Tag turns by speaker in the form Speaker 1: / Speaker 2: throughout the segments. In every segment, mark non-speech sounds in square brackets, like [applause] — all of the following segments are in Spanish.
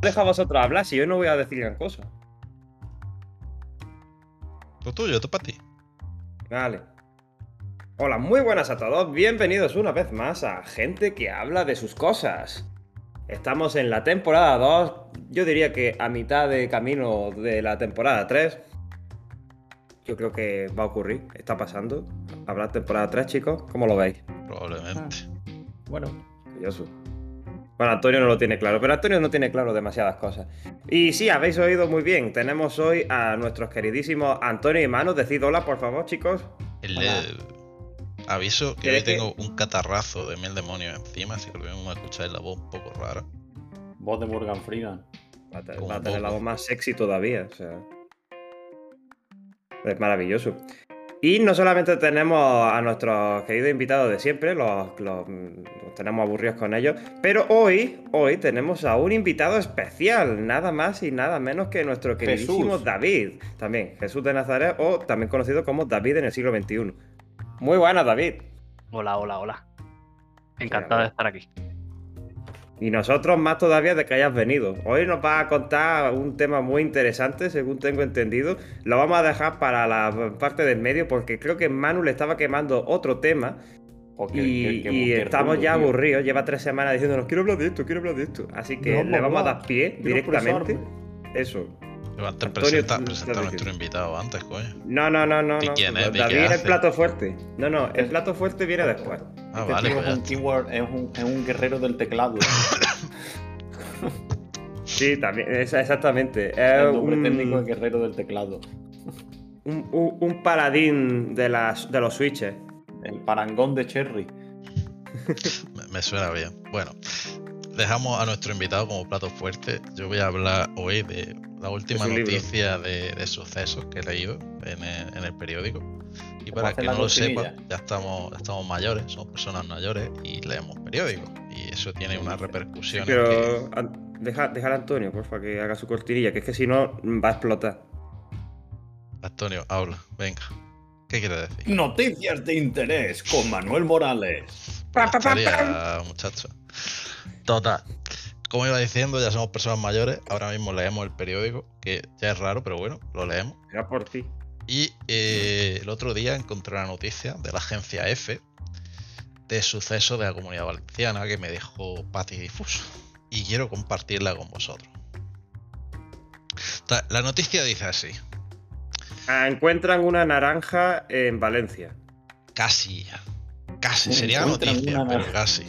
Speaker 1: Deja a vosotros hablar, si yo no voy a decir gran cosa.
Speaker 2: Lo tuyo, esto es para ti.
Speaker 1: Vale. Hola, muy buenas a todos. Bienvenidos una vez más a Gente que habla de sus cosas. Estamos en la temporada 2, yo diría que a mitad de camino de la temporada 3. Yo creo que va a ocurrir, está pasando. Habrá temporada 3, chicos. ¿Cómo lo veis?
Speaker 2: Probablemente.
Speaker 1: Bueno, curioso. Bueno, Antonio no lo tiene claro, pero Antonio no tiene claro demasiadas cosas. Y sí, habéis oído muy bien. Tenemos hoy a nuestros queridísimos Antonio y Manu. Decid hola, por favor, chicos.
Speaker 3: Ah,
Speaker 2: El-
Speaker 1: Hola.
Speaker 2: eh, aviso que hoy
Speaker 1: ¿Quieres que-
Speaker 2: tengo un catarrazo de mil demonios encima, así que lo mismo me escucháis la voz un poco rara.
Speaker 3: Voz de Morgan Freeman.
Speaker 1: Va a, te-
Speaker 2: Como
Speaker 1: va a tener la
Speaker 2: poco.
Speaker 1: voz más sexy todavía. O sea. Es maravilloso. Y no solamente tenemos a nuestros queridos invitados de siempre, los, los- los tenemos aburridos con ellos, pero hoy, hoy tenemos a un invitado especial, nada más y nada menos que nuestro queridísimo
Speaker 3: Jesús.
Speaker 1: David, también Jesús de Nazaret, o también conocido como David en el siglo XXI. Muy buenas, David.
Speaker 4: Hola, hola, hola. Encantado
Speaker 1: hola.
Speaker 4: de estar aquí.
Speaker 1: Y nosotros más todavía de que hayas venido. Hoy nos vas a contar un tema muy interesante, según tengo entendido. Lo vamos a dejar para la parte del medio porque creo que Manu le estaba quemando otro tema
Speaker 3: Joder,
Speaker 1: y,
Speaker 3: qué- qué- qué-
Speaker 1: y
Speaker 3: qué
Speaker 1: estamos
Speaker 3: rudo,
Speaker 1: ya
Speaker 3: tío.
Speaker 1: aburridos. Lleva tres semanas diciéndonos, quiero hablar de esto, quiero hablar de esto. Así que
Speaker 3: No,
Speaker 1: le vamos
Speaker 3: mamá,
Speaker 1: a dar pie
Speaker 3: quiero
Speaker 1: directamente.
Speaker 3: expresarme.
Speaker 1: Eso.
Speaker 2: Antes
Speaker 1: Antonio,
Speaker 2: presenta,
Speaker 1: tú-
Speaker 2: presenta a
Speaker 1: tú-
Speaker 2: nuestro invitado antes, coño.
Speaker 1: No, no, no, no.
Speaker 2: ¿Y
Speaker 1: no.
Speaker 2: quién es? ¿Y qué
Speaker 1: David es el
Speaker 2: hace?
Speaker 1: plato fuerte. No, no, el plato fuerte viene después.
Speaker 2: Ah,
Speaker 3: Este
Speaker 2: vale, pues
Speaker 3: tío
Speaker 2: ya
Speaker 3: es un
Speaker 2: está.
Speaker 3: keyword, es un, es un guerrero del teclado.
Speaker 1: [laughs] Sí, también, es- exactamente. Es
Speaker 3: el nombre
Speaker 1: un-
Speaker 3: técnico es guerrero del teclado.
Speaker 1: un, un- un paladín de, las, de los switches.
Speaker 3: El parangón de Cherry.
Speaker 2: Me, me suena bien. Bueno, dejamos a nuestro invitado como plato fuerte. Yo voy a hablar hoy de la última
Speaker 1: Es un libro.
Speaker 2: noticia de, de sucesos que he leído en el, en el periódico. Y
Speaker 3: ¿Cómo
Speaker 2: para
Speaker 3: hace
Speaker 2: que
Speaker 3: la
Speaker 2: no lo
Speaker 3: cortinilla?
Speaker 2: sepa, ya estamos, ya estamos mayores, somos personas mayores y leemos periódicos. Y eso tiene unas repercusiones. que-
Speaker 1: Pero an- deja, dejar a Antonio, porfa, que haga su cortinilla, que es que si no mm, va a explotar.
Speaker 2: Antonio, habla, venga. ¿Qué quieres
Speaker 3: [laughs]
Speaker 2: decir?
Speaker 3: Noticias de interés con Manuel Morales.
Speaker 2: Pues estaría, muchacho. Total. Como iba diciendo, ya somos personas mayores. Ahora mismo leemos el periódico, que ya es raro, pero bueno, lo leemos.
Speaker 1: Era por ti.
Speaker 2: Y eh, el otro día encontré una noticia de la agencia EFE de suceso de la comunidad valenciana que me dejó patidifuso y quiero compartirla con vosotros. Ta- La noticia dice así:
Speaker 1: Ah, encuentran una naranja en Valencia. [laughs]
Speaker 2: casi, casi,
Speaker 3: Me
Speaker 2: sería la
Speaker 3: encuentran
Speaker 2: noticia,
Speaker 3: una
Speaker 2: pero
Speaker 3: naranja.
Speaker 2: casi.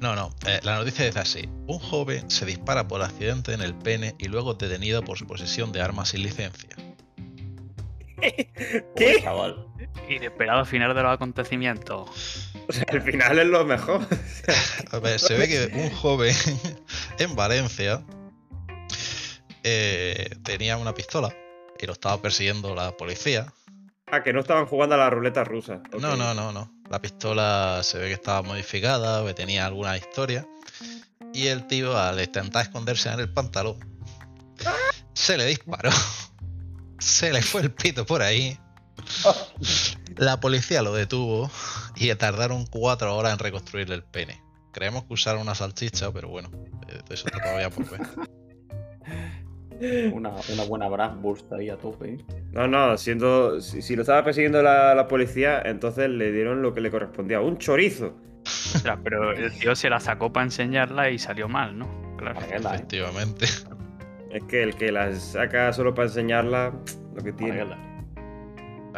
Speaker 2: No, no, eh, la noticia dice así: un joven se dispara por accidente en el pene y luego es detenido por su posesión de armas sin licencia.
Speaker 1: ¿Qué?
Speaker 3: Chaval.
Speaker 4: Inesperado final de los acontecimientos.
Speaker 1: O sea, al final es lo mejor. [laughs]
Speaker 2: A ver, se ve que un joven [laughs] en Valencia eh, tenía una pistola y lo estaba persiguiendo la policía.
Speaker 1: ah, que no estaban jugando a la ruleta rusa. Ok.
Speaker 2: No, no, no, no. La pistola se ve que estaba modificada, que tenía alguna historia. Y el tío, al intentar esconderse en el pantalón, se le disparó. [laughs] Se le fue el pito por ahí. La policía lo detuvo y tardaron cuatro horas en reconstruirle el pene. Creemos que usaron una salchicha, pero bueno, eh, eso está todavía por ver.
Speaker 1: [laughs]
Speaker 3: Una, una buena Bradburst ahí a tope. ¿eh?
Speaker 1: No, no, siendo, si, si lo estaba persiguiendo la, la policía, entonces le dieron lo que le correspondía, un chorizo.
Speaker 4: Ostras, pero el tío se la sacó para enseñarla y salió mal, ¿no? Claro.
Speaker 3: Arregla, ¿eh?
Speaker 2: Efectivamente.
Speaker 1: Es que el que las saca solo para enseñarla, lo que tiene.
Speaker 3: Arregla.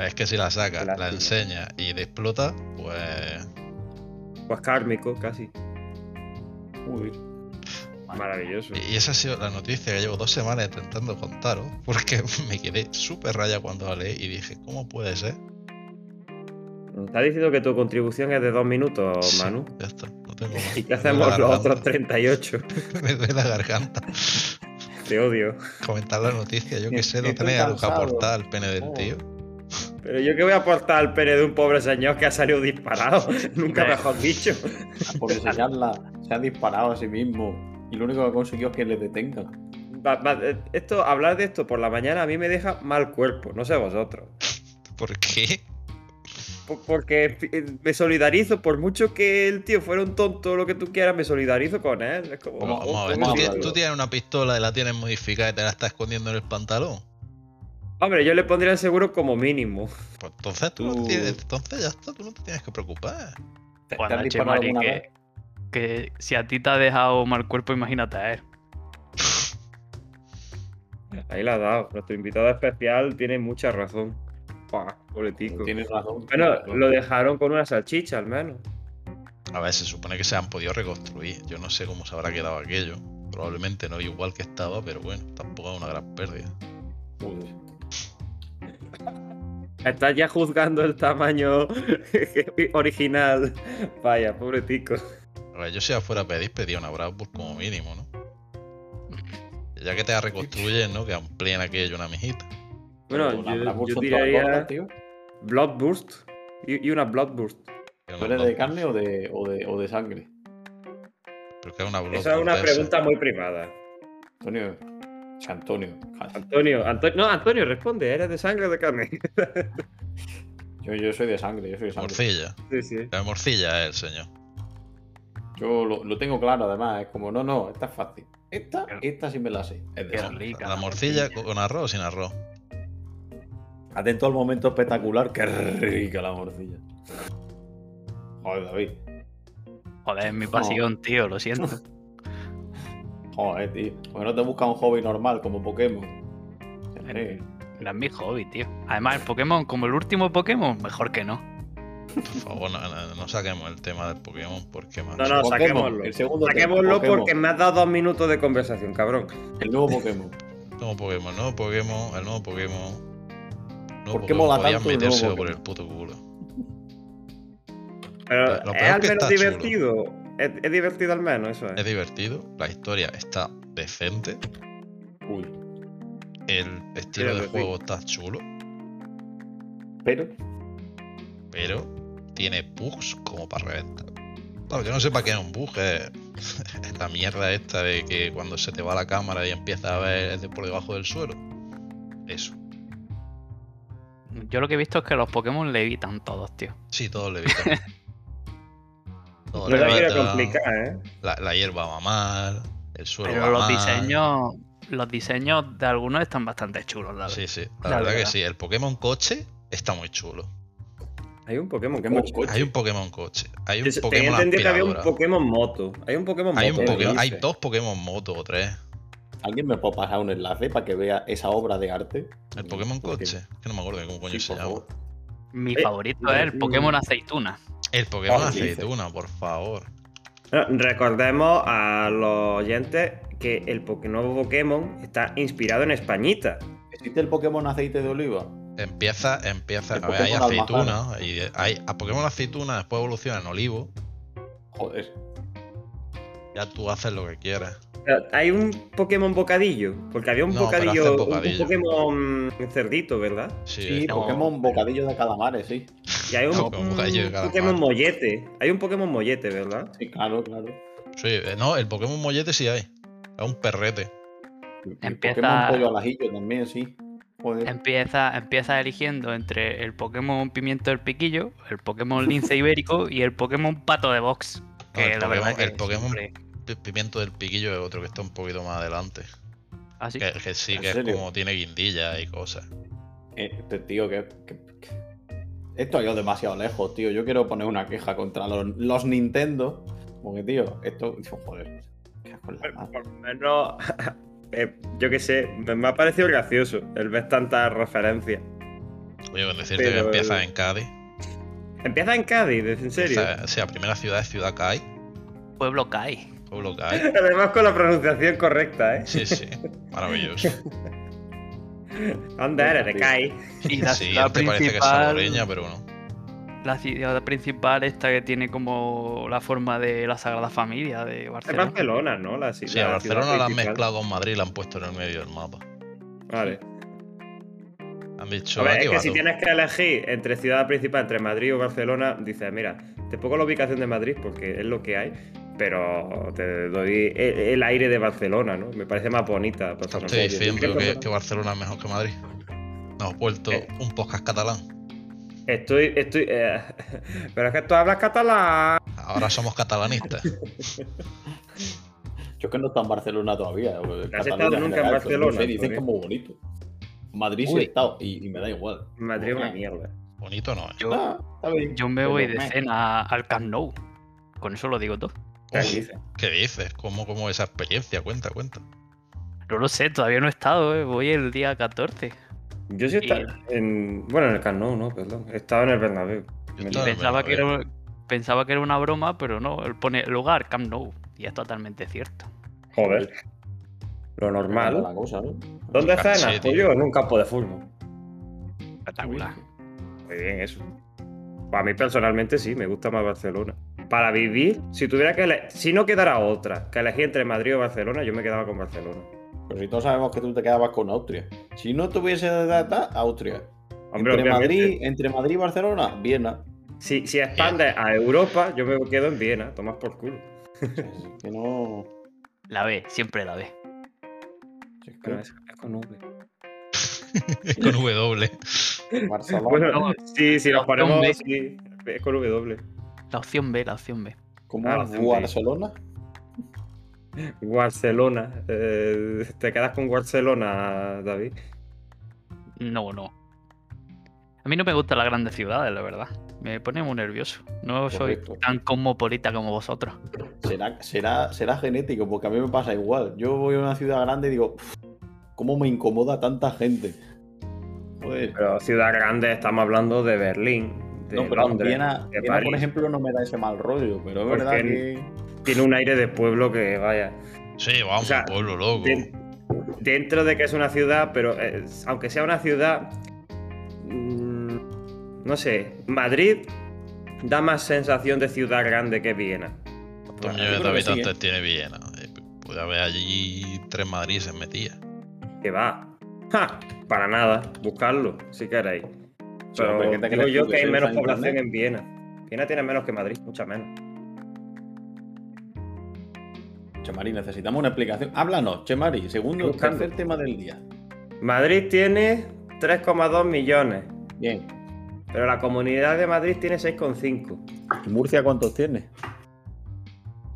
Speaker 2: Es que si la saca, la
Speaker 1: Lástima.
Speaker 2: enseña y te explota, pues
Speaker 1: Pues kármico, casi.
Speaker 3: Uy,
Speaker 1: Maravilloso.
Speaker 2: Y esa ha sido la noticia que llevo dos semanas intentando contaros, porque [laughs] me quedé súper raya cuando la leí y dije, ¿cómo puede ser?
Speaker 1: Estás diciendo que tu contribución es de dos minutos,
Speaker 2: Sí,
Speaker 1: Oh, Manu.
Speaker 2: Ya está, no tengo
Speaker 1: [laughs]
Speaker 2: más.
Speaker 1: ¿Y qué
Speaker 2: Me duele la
Speaker 1: hacemos los
Speaker 2: garganta.
Speaker 1: otros
Speaker 2: [laughs]
Speaker 1: 38?
Speaker 2: Me duele la garganta.
Speaker 1: Te odio.
Speaker 2: Comentar la noticia, yo que sé, no
Speaker 3: Estoy
Speaker 2: tenéis algo que
Speaker 3: cansado.
Speaker 2: aportar al pene del
Speaker 3: Oh.
Speaker 2: tío.
Speaker 1: Pero yo que voy a aportar al pene de un pobre señor que ha salido disparado. [laughs] Nunca mejor dicho.
Speaker 3: por enseñarla, se ha disparado a sí mismo. Y lo único que ha conseguido es que le detengan.
Speaker 1: Va- va- eh, esto, hablar de esto por la mañana a mí me deja mal cuerpo. No sé vosotros.
Speaker 2: ¿Por qué?
Speaker 1: po- porque eh, me solidarizo, por mucho que el tío fuera un tonto o lo que tú quieras, me solidarizo con él. Es como,
Speaker 2: Pero
Speaker 1: oh,
Speaker 2: vamos a ver,
Speaker 1: ¿cómo
Speaker 2: tú,
Speaker 3: vamos
Speaker 1: que-
Speaker 3: a
Speaker 2: tienes-
Speaker 3: hablarlo.
Speaker 2: tú tienes una pistola y la tienes modificada y te la estás escondiendo en el pantalón.
Speaker 1: Hombre, yo le pondría el seguro como mínimo.
Speaker 2: Pues entonces tú,
Speaker 3: Tú-
Speaker 2: No tienes, entonces ya está, tú no te tienes que preocupar.
Speaker 3: ¿Te, te
Speaker 4: Bueno,
Speaker 3: han
Speaker 4: che,
Speaker 3: disparado
Speaker 4: Mari,
Speaker 3: alguna vez?
Speaker 4: que, que si a ti te ha dejado mal cuerpo, imagínate a él.
Speaker 1: Ahí la ha dado. Nuestro invitado especial tiene mucha razón. Buah, pobre tico.
Speaker 3: Tienes razón.
Speaker 1: Bueno,
Speaker 3: tienes razón.
Speaker 1: lo dejaron con una salchicha al menos.
Speaker 2: A ver, se supone que se han podido reconstruir. Yo no sé cómo se habrá quedado aquello. Probablemente no igual que estaba, pero bueno, tampoco es una gran pérdida.
Speaker 3: Joder.
Speaker 1: Estás ya juzgando el tamaño [laughs] original. Vaya, pobre tico.
Speaker 2: A ver, yo si fuera a pedir, pedía una Bradburg como mínimo, [laughs] ¿no? Ya que te la reconstruyen, ¿no? Que amplíen aquello una mijita.
Speaker 1: Bueno,
Speaker 3: Una
Speaker 1: yo- yo,
Speaker 3: Brabus son todas gordas,
Speaker 1: tiraría
Speaker 3: tío.
Speaker 1: Bloodburst y, y una Bloodburst.
Speaker 2: Que
Speaker 3: ¿Tú
Speaker 2: una
Speaker 3: eres de
Speaker 2: Bloodburst.
Speaker 3: carne o de, o de, o de sangre?
Speaker 2: Pero que es una
Speaker 1: Esa es
Speaker 2: Bloodburst
Speaker 1: una
Speaker 2: de esas.
Speaker 1: pregunta muy privada.
Speaker 3: Antonio. Che, Antonio. joder.
Speaker 1: Antonio, Anto- no, Antonio, responde, ¿eres de sangre o de carne? [laughs]
Speaker 3: Yo, yo soy de sangre, yo soy de sangre.
Speaker 2: Morcilla.
Speaker 1: sí, sí.
Speaker 2: La morcilla es el señor.
Speaker 3: Yo lo, lo tengo claro, además. Es como, no, no, esta es fácil. Esta, esta sí me la sé. Es de
Speaker 4: Qué
Speaker 3: sangre.
Speaker 4: rica.
Speaker 2: La morcilla con con arroz o sin arroz.
Speaker 3: Atento al momento espectacular. Qué rica la morcilla. Joder, David.
Speaker 4: Joder, es mi pasión, tío, lo siento. [laughs]
Speaker 3: Joder, tío. Porque no te busca un hobby normal como Pokémon. Eh,
Speaker 4: Era mi hobby, tío. Además, el Pokémon, como el último Pokémon, mejor que no.
Speaker 2: Por favor, no, no- no saquemos el tema del Pokémon porque macho.
Speaker 1: No, no,
Speaker 3: Pokémon,
Speaker 1: saquémoslo.
Speaker 3: el segundo tema,
Speaker 1: Saquémoslo
Speaker 3: Pokémon.
Speaker 1: porque me has dado dos minutos de conversación, cabrón.
Speaker 3: El nuevo Pokémon.
Speaker 2: Nuevo Pokémon, nuevo Pokémon, el nuevo Pokémon. Nuevo
Speaker 3: ¿Por qué mola
Speaker 2: podían
Speaker 3: tanto el nuevo
Speaker 2: metérselo por el
Speaker 3: Pokémon?
Speaker 2: puto culo.
Speaker 1: Pero
Speaker 2: Lo peor
Speaker 1: es al
Speaker 2: que
Speaker 1: menos
Speaker 2: está chulo.
Speaker 1: divertido. Es, es divertido al menos, eso
Speaker 2: Es
Speaker 1: es.
Speaker 2: divertido, la historia está decente,
Speaker 3: Uy.
Speaker 2: el estilo
Speaker 1: Creo
Speaker 2: de
Speaker 1: que
Speaker 2: juego está chulo,
Speaker 3: Pero.
Speaker 2: pero tiene bugs como para reventar. Claro, yo no sé para qué es un bug, es [laughs] esta mierda esta de que cuando se te va la cámara y empiezas a ver de por debajo del suelo. Eso.
Speaker 4: Yo lo que he visto es que los Pokémon levitan todos, tío.
Speaker 2: Sí, todo
Speaker 1: [laughs]
Speaker 2: le evita. todo
Speaker 1: No te quiero
Speaker 2: evita.
Speaker 1: complicar, ¿eh?
Speaker 2: La, la hierba va mal, el suelo
Speaker 4: Pero
Speaker 2: Pues va
Speaker 4: los
Speaker 2: mal.
Speaker 4: diseños, los diseños de algunos están bastante chulos, la verdad.
Speaker 2: Sí, sí, la,
Speaker 4: La
Speaker 2: verdad, que
Speaker 4: verdad.
Speaker 2: sí. El Pokémon coche está muy chulo.
Speaker 1: Hay un Pokémon.
Speaker 3: Pokémon
Speaker 1: coche.
Speaker 3: coche.
Speaker 2: Hay un Pokémon coche, hay un
Speaker 1: Yo
Speaker 2: Pokémon
Speaker 1: Tenía entendido que había un
Speaker 2: aspiradora,
Speaker 1: Pokémon moto. Hay un Pokémon
Speaker 2: hay, un
Speaker 1: moto.
Speaker 3: ¿qué
Speaker 2: Pokémon- hay
Speaker 3: dices?
Speaker 2: dos Pokémon moto o tres.
Speaker 3: ¿Alguien me puede pasar un enlace para que vea esa obra de arte?
Speaker 2: El Pokémon
Speaker 3: Porque-
Speaker 2: coche, que no me acuerdo de cómo coño
Speaker 3: Mm, Sí,
Speaker 2: se
Speaker 3: por
Speaker 2: llama.
Speaker 3: favor.
Speaker 4: Mi
Speaker 1: Eh,
Speaker 4: favorito es el Pokémon aceituna.
Speaker 2: El Pokémon
Speaker 3: Ah, sí, sí.
Speaker 2: aceituna, por favor.
Speaker 1: Bueno, Recordemos a los oyentes que el po- nuevo Pokémon está inspirado en Españita.
Speaker 3: ¿Existe el Pokémon aceite de oliva?
Speaker 2: Empieza, empieza.
Speaker 3: El
Speaker 2: A ver, hay
Speaker 3: Pokémon
Speaker 2: aceituna. Y hay, a Pokémon aceituna después evoluciona en olivo.
Speaker 3: Joder.
Speaker 2: Ya tú haces lo que quieras.
Speaker 1: Pero Hay un Pokémon bocadillo, porque había un
Speaker 2: No, pero
Speaker 1: bocadillo,
Speaker 2: hacen
Speaker 1: un- un
Speaker 2: bocadillo.
Speaker 1: Pokémon cerdito, ¿verdad?
Speaker 2: Sí, eh,
Speaker 3: Sí,
Speaker 2: es-
Speaker 4: no.
Speaker 3: Pokémon bocadillo de calamares, sí.
Speaker 1: Y hay un,
Speaker 2: No, con
Speaker 1: un
Speaker 2: bocadillo de calamar.
Speaker 1: Pokémon mollete. Hay un Pokémon mollete, ¿verdad?
Speaker 3: Sí, claro, claro.
Speaker 2: sí, eh, no, el Pokémon mollete sí hay. Es un perrete.
Speaker 3: El
Speaker 4: Empieza- Em-
Speaker 3: Pokémon pollo al ajillo también, sí. Joder.
Speaker 4: Empieza, empieza eligiendo entre el Pokémon pimiento del piquillo, el Pokémon lince ibérico y el Pokémon pato de box.
Speaker 2: No, el
Speaker 4: Que la verdad
Speaker 2: Pokémon-
Speaker 4: que
Speaker 2: el Pokémon-
Speaker 4: siempre-
Speaker 2: P- Pimiento del piquillo es otro que está un poquito más adelante.
Speaker 4: Ah, sí.
Speaker 2: Que, que sí,
Speaker 3: ¿En
Speaker 2: que es
Speaker 3: serio?
Speaker 2: como tiene guindilla y cosas.
Speaker 3: Este tío que, que- que- Esto ha ido demasiado lejos, tío. Yo quiero poner una queja contra los, los Nintendo. Porque, tío, esto. Joder. ¿Qué asco en la
Speaker 1: Por-
Speaker 3: madre.
Speaker 1: Por lo menos, [laughs] eh, yo qué sé, me, me ha parecido gracioso el ver tantas referencias.
Speaker 2: Oye, con decirte que
Speaker 1: Pero
Speaker 2: empieza
Speaker 1: el-
Speaker 2: en Cádiz.
Speaker 1: Empieza en Cádiz, en serio.
Speaker 2: Empieza- o sea, primera ciudad es Ciudad Cádiz,
Speaker 4: Pueblo Kai.
Speaker 2: [laughs] pueblo Cádiz.
Speaker 1: Además con la pronunciación correcta, ¿eh? [laughs]
Speaker 2: Sí, sí, maravilloso.
Speaker 1: ¿Dónde eres? De Cádiz.
Speaker 4: Y la
Speaker 2: sí,
Speaker 4: ciudad
Speaker 2: te parece que es
Speaker 4: principal-
Speaker 2: salvadoreña, pero no.
Speaker 4: La ciudad principal, esta que tiene como la forma de la Sagrada Familia de
Speaker 1: Es
Speaker 4: Barcelona.
Speaker 1: Barcelona, ¿no? La, ci-
Speaker 2: Sí, a
Speaker 1: la ciudad
Speaker 2: Barcelona la han
Speaker 1: principal.
Speaker 2: mezclado con Madrid y la han puesto en el medio del mapa.
Speaker 1: Vale.
Speaker 2: Han dicho,
Speaker 1: A
Speaker 2: "Eh,
Speaker 1: ver,
Speaker 2: "Aquí
Speaker 1: es que
Speaker 2: va
Speaker 1: si
Speaker 2: tú".
Speaker 1: tienes que elegir entre ciudad principal, entre Madrid o Barcelona, dices, mira, te pongo la ubicación de Madrid porque es lo que hay, pero te doy el, el aire de Barcelona, ¿no? Me parece más bonita.
Speaker 2: Está
Speaker 1: Barcelona.
Speaker 2: usted
Speaker 3: Oye,
Speaker 2: diciendo
Speaker 1: yo creo
Speaker 2: que,
Speaker 1: que-
Speaker 2: que Barcelona es mejor que Madrid. Nos ha vuelto
Speaker 1: Eh.
Speaker 2: un podcast catalán.
Speaker 1: Estoy, estoy. eh, [laughs] Pero es que tú hablas catalán.
Speaker 2: Ahora somos catalanistas.
Speaker 3: Yo es que no está en Barcelona todavía. eh,
Speaker 1: has estado nunca en Barcelona,
Speaker 3: dicen que
Speaker 1: porque-
Speaker 3: es muy bonito. Madrid sí
Speaker 4: Uy.
Speaker 3: he estado y, y me da igual.
Speaker 1: Madrid es una mierda.
Speaker 2: Bonito no, ¿eh?
Speaker 4: Yo,
Speaker 3: Ah, está bien.
Speaker 4: yo me voy de
Speaker 3: Pero,
Speaker 4: cena al Camp Nou. Con eso lo digo todo.
Speaker 1: ¿Qué
Speaker 2: Uy,
Speaker 1: dices?
Speaker 2: ¿Qué dices? ¿Cómo, ¿Cómo esa experiencia? Cuenta, cuenta.
Speaker 4: No lo sé, todavía no he estado, eh, voy el día 14.
Speaker 1: Yo sí he estado en. Bueno, en el Camp Nou, no, perdón. He estado en el Bernabéu.
Speaker 2: Yo
Speaker 1: Me
Speaker 2: estaba en el
Speaker 4: Pensaba que,
Speaker 2: Bernabéu.
Speaker 4: era, pensaba que era una broma, pero no, él pone lugar Camp Nou. Y es totalmente cierto.
Speaker 1: Joder. Lo
Speaker 3: Mal. La
Speaker 1: normal.
Speaker 3: cosa, ¿no?
Speaker 1: ¿Dónde
Speaker 2: Nunca
Speaker 1: cenas?
Speaker 2: sé,
Speaker 1: Pues
Speaker 2: tío.
Speaker 1: yo en un campo de fútbol.
Speaker 4: Espectacular.
Speaker 1: Muy bien, eso. Para mí personalmente sí, me gusta más Barcelona. Para vivir, si tuviera que ele- si no quedara otra, que elegir entre Madrid o Barcelona, yo me quedaba con Barcelona.
Speaker 3: Pero si todos sabemos que tú te quedabas con Austria. Si no tuviese data, Austria.
Speaker 1: Hombre,
Speaker 3: entre,
Speaker 1: obviamente,
Speaker 3: Madrid, entre Madrid y Barcelona, Viena.
Speaker 1: si, si expandes a Europa, yo me quedo en Viena, tomas por culo.
Speaker 3: O sea, es que no.
Speaker 4: La B, siempre la B.
Speaker 3: es que
Speaker 1: Bueno, es- es con V.
Speaker 2: [laughs] Con W.
Speaker 3: Barcelona.
Speaker 1: Bueno,
Speaker 4: vamos.
Speaker 1: sí, si nos
Speaker 4: Con
Speaker 1: ponemos
Speaker 4: V.
Speaker 1: sí, es con W.
Speaker 4: La opción B, la opción B.
Speaker 3: ¿Cómo
Speaker 1: Ah,
Speaker 3: es
Speaker 1: gente.
Speaker 3: Barcelona?
Speaker 1: Barcelona. eh, te quedas con Barcelona, David.
Speaker 4: No, no. A mí no me gustan las grandes ciudades, la verdad. Me pone muy nervioso. No soy
Speaker 3: Correcto.
Speaker 4: tan cosmopolita como vosotros.
Speaker 3: Será, será, será genético, porque a mí me pasa igual. Yo voy a una ciudad grande y digo, "Uf, ¿cómo me incomoda tanta gente? Joder.
Speaker 1: Pero ciudad grande, estamos hablando de Berlín, de
Speaker 3: no, pero
Speaker 1: este, Londres,
Speaker 3: Viena,
Speaker 1: de
Speaker 3: Viena, por
Speaker 1: París.
Speaker 3: ejemplo, no me da ese mal rollo, pero es
Speaker 1: Porque
Speaker 3: verdad
Speaker 1: en-
Speaker 3: que.
Speaker 1: Tiene un aire de pueblo que vaya.
Speaker 2: Sí, vamos,
Speaker 1: O sea,
Speaker 2: pueblo loco.
Speaker 1: Den- dentro de que es una ciudad, pero eh, aunque sea una ciudad, mm, no sé, Madrid da más sensación de ciudad grande que Viena.
Speaker 2: ¿Cuántos
Speaker 3: Yo
Speaker 2: millones de
Speaker 3: creo que sí,
Speaker 2: habitantes tiene Viena? Eh, Puede haber allí tres Madrid se metía.
Speaker 1: Que va. ¡Ja! Para nada, buscarlo, si queréis. Pero
Speaker 3: hombre, ¿qué te
Speaker 1: digo
Speaker 3: crees
Speaker 1: yo
Speaker 3: tú,
Speaker 1: que
Speaker 3: que
Speaker 1: hay
Speaker 3: se
Speaker 1: menos
Speaker 3: usa internet?
Speaker 1: población en Viena. Viena tiene menos que Madrid, mucha menos.
Speaker 3: Chemari, necesitamos una explicación. Háblanos, Chemari. Segundo,
Speaker 1: Estoy buscando.
Speaker 3: tercer tema del día.
Speaker 1: Madrid tiene 3,2 millones,
Speaker 3: Bien.
Speaker 1: pero la comunidad de Madrid tiene 6,5.
Speaker 3: ¿Y Murcia cuántos tiene?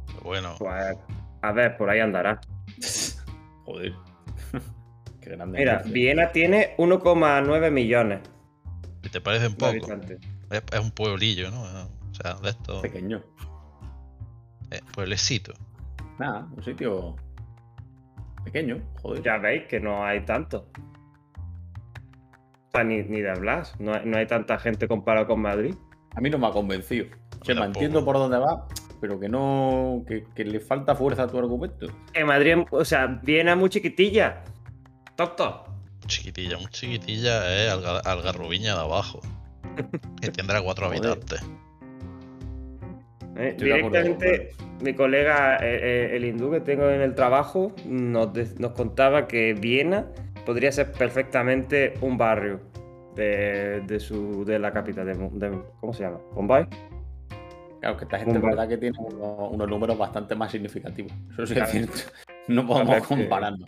Speaker 2: Pero Bueno,
Speaker 1: Pues, a ver, por ahí andará.
Speaker 3: Joder. [laughs] Qué grande.
Speaker 1: Mira,
Speaker 3: Murcia.
Speaker 1: Viena tiene 1,9 millones
Speaker 2: ¿qué ¿te parece un
Speaker 1: de
Speaker 2: poco?
Speaker 1: habitantes.
Speaker 2: Es, es un pueblillo, ¿no? O sea, de estos.
Speaker 3: Pequeño.
Speaker 2: eh, pueblecito.
Speaker 3: Nada, un sitio. Pequeño, joder.
Speaker 1: Ya veis que no hay tanto. O sea, ni, ni de hablar. No hay, no hay tanta gente comparado con Madrid.
Speaker 3: A mí no me ha convencido. Chema,
Speaker 2: tampoco.
Speaker 3: entiendo por dónde va, pero que no. que, que le falta fuerza a tu argumento.
Speaker 1: Que Madrid, es- o sea, Viena es muy chiquitilla. Tonto.
Speaker 2: Un chiquitilla, un chiquitilla es Alga- Algarrobiña de
Speaker 3: [laughs]
Speaker 2: abajo. Que tendrá cuatro
Speaker 3: Joder.
Speaker 2: habitantes.
Speaker 1: Eh,
Speaker 3: Estoy de acuerdo
Speaker 1: Directamente, mi colega, eh, eh, el hindú que tengo en el trabajo, nos, de- nos contaba que Viena podría ser perfectamente un barrio de, de su, de la capital de, Mu- de- ¿Cómo se llama? ¿Bombay?
Speaker 3: Claro, que esta gente es
Speaker 1: Hombre.
Speaker 3: verdad que tiene unos, unos números bastante más significativos. Eso sí
Speaker 1: Claro.
Speaker 3: es cierto. [laughs]
Speaker 1: Claro,
Speaker 3: No podemos
Speaker 1: es que-
Speaker 3: compararnos.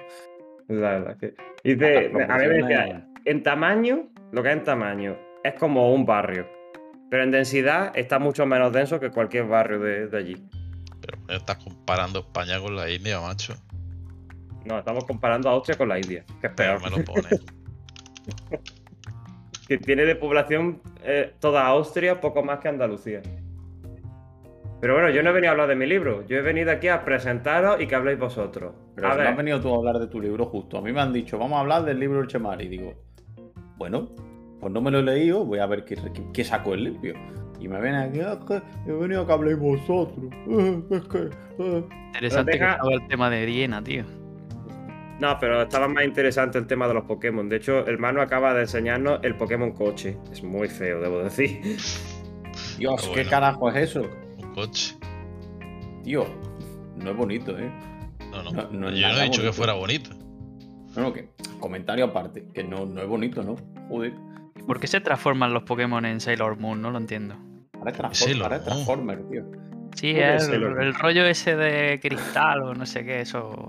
Speaker 1: La verdad que.
Speaker 3: Las
Speaker 1: Dice, a mí me
Speaker 3: proporciones-
Speaker 1: decía, en tamaño, lo que es en tamaño, es como un barrio. Pero en densidad está mucho menos denso que cualquier barrio de, de allí.
Speaker 2: Pero bueno, estás comparando España con la India, macho.
Speaker 1: No, estamos comparando a Austria con la India, que es
Speaker 2: Pero
Speaker 1: peor.
Speaker 2: me lo
Speaker 3: [laughs]
Speaker 2: pones.
Speaker 1: Que tiene de población eh, toda Austria, poco más que Andalucía. Pero bueno, yo no he venido a hablar de mi libro. Yo he venido aquí a presentaros y que habléis vosotros.
Speaker 3: Pero
Speaker 1: a
Speaker 3: no has
Speaker 1: ver,
Speaker 3: venido tú a hablar de tu libro justo. A mí me han dicho, vamos a hablar del libro del Chemari. Y digo, bueno, pues no me lo he leído, voy a ver qué, qué- qué saco el limpio. Y me ven aquí, "Ah, que he venido a que habléis vosotros. [laughs] Eh, es que, eh".
Speaker 1: Ah,
Speaker 4: Interesante
Speaker 1: deja-
Speaker 4: que estaba el tema de Viena, tío.
Speaker 1: no, pero estaba más interesante el tema de los Pokémon. De hecho, el Manu acaba de enseñarnos el Pokémon coche. Es muy feo, debo decir.
Speaker 3: Dios,
Speaker 2: Ah,
Speaker 3: qué
Speaker 2: bueno.
Speaker 3: carajo es eso.
Speaker 2: Un coche.
Speaker 3: Tío, no es bonito, ¿eh?
Speaker 2: No, no.
Speaker 3: No, no es
Speaker 2: Yo no he
Speaker 3: nada
Speaker 2: dicho que
Speaker 3: bonito.
Speaker 2: fuera bonito.
Speaker 3: No, no, que comentario aparte, que no, no es bonito, ¿no? Joder.
Speaker 4: ¿Por qué se transforman los Pokémon en Sailor Moon? No lo entiendo.
Speaker 3: Ahora es, Transform-
Speaker 2: Sí, lo-
Speaker 3: ahora es Transformer, tío.
Speaker 4: Sí,
Speaker 1: Hombre,
Speaker 4: es el,
Speaker 1: Sailor Moon.
Speaker 4: el rollo ese de cristal o no sé qué, eso.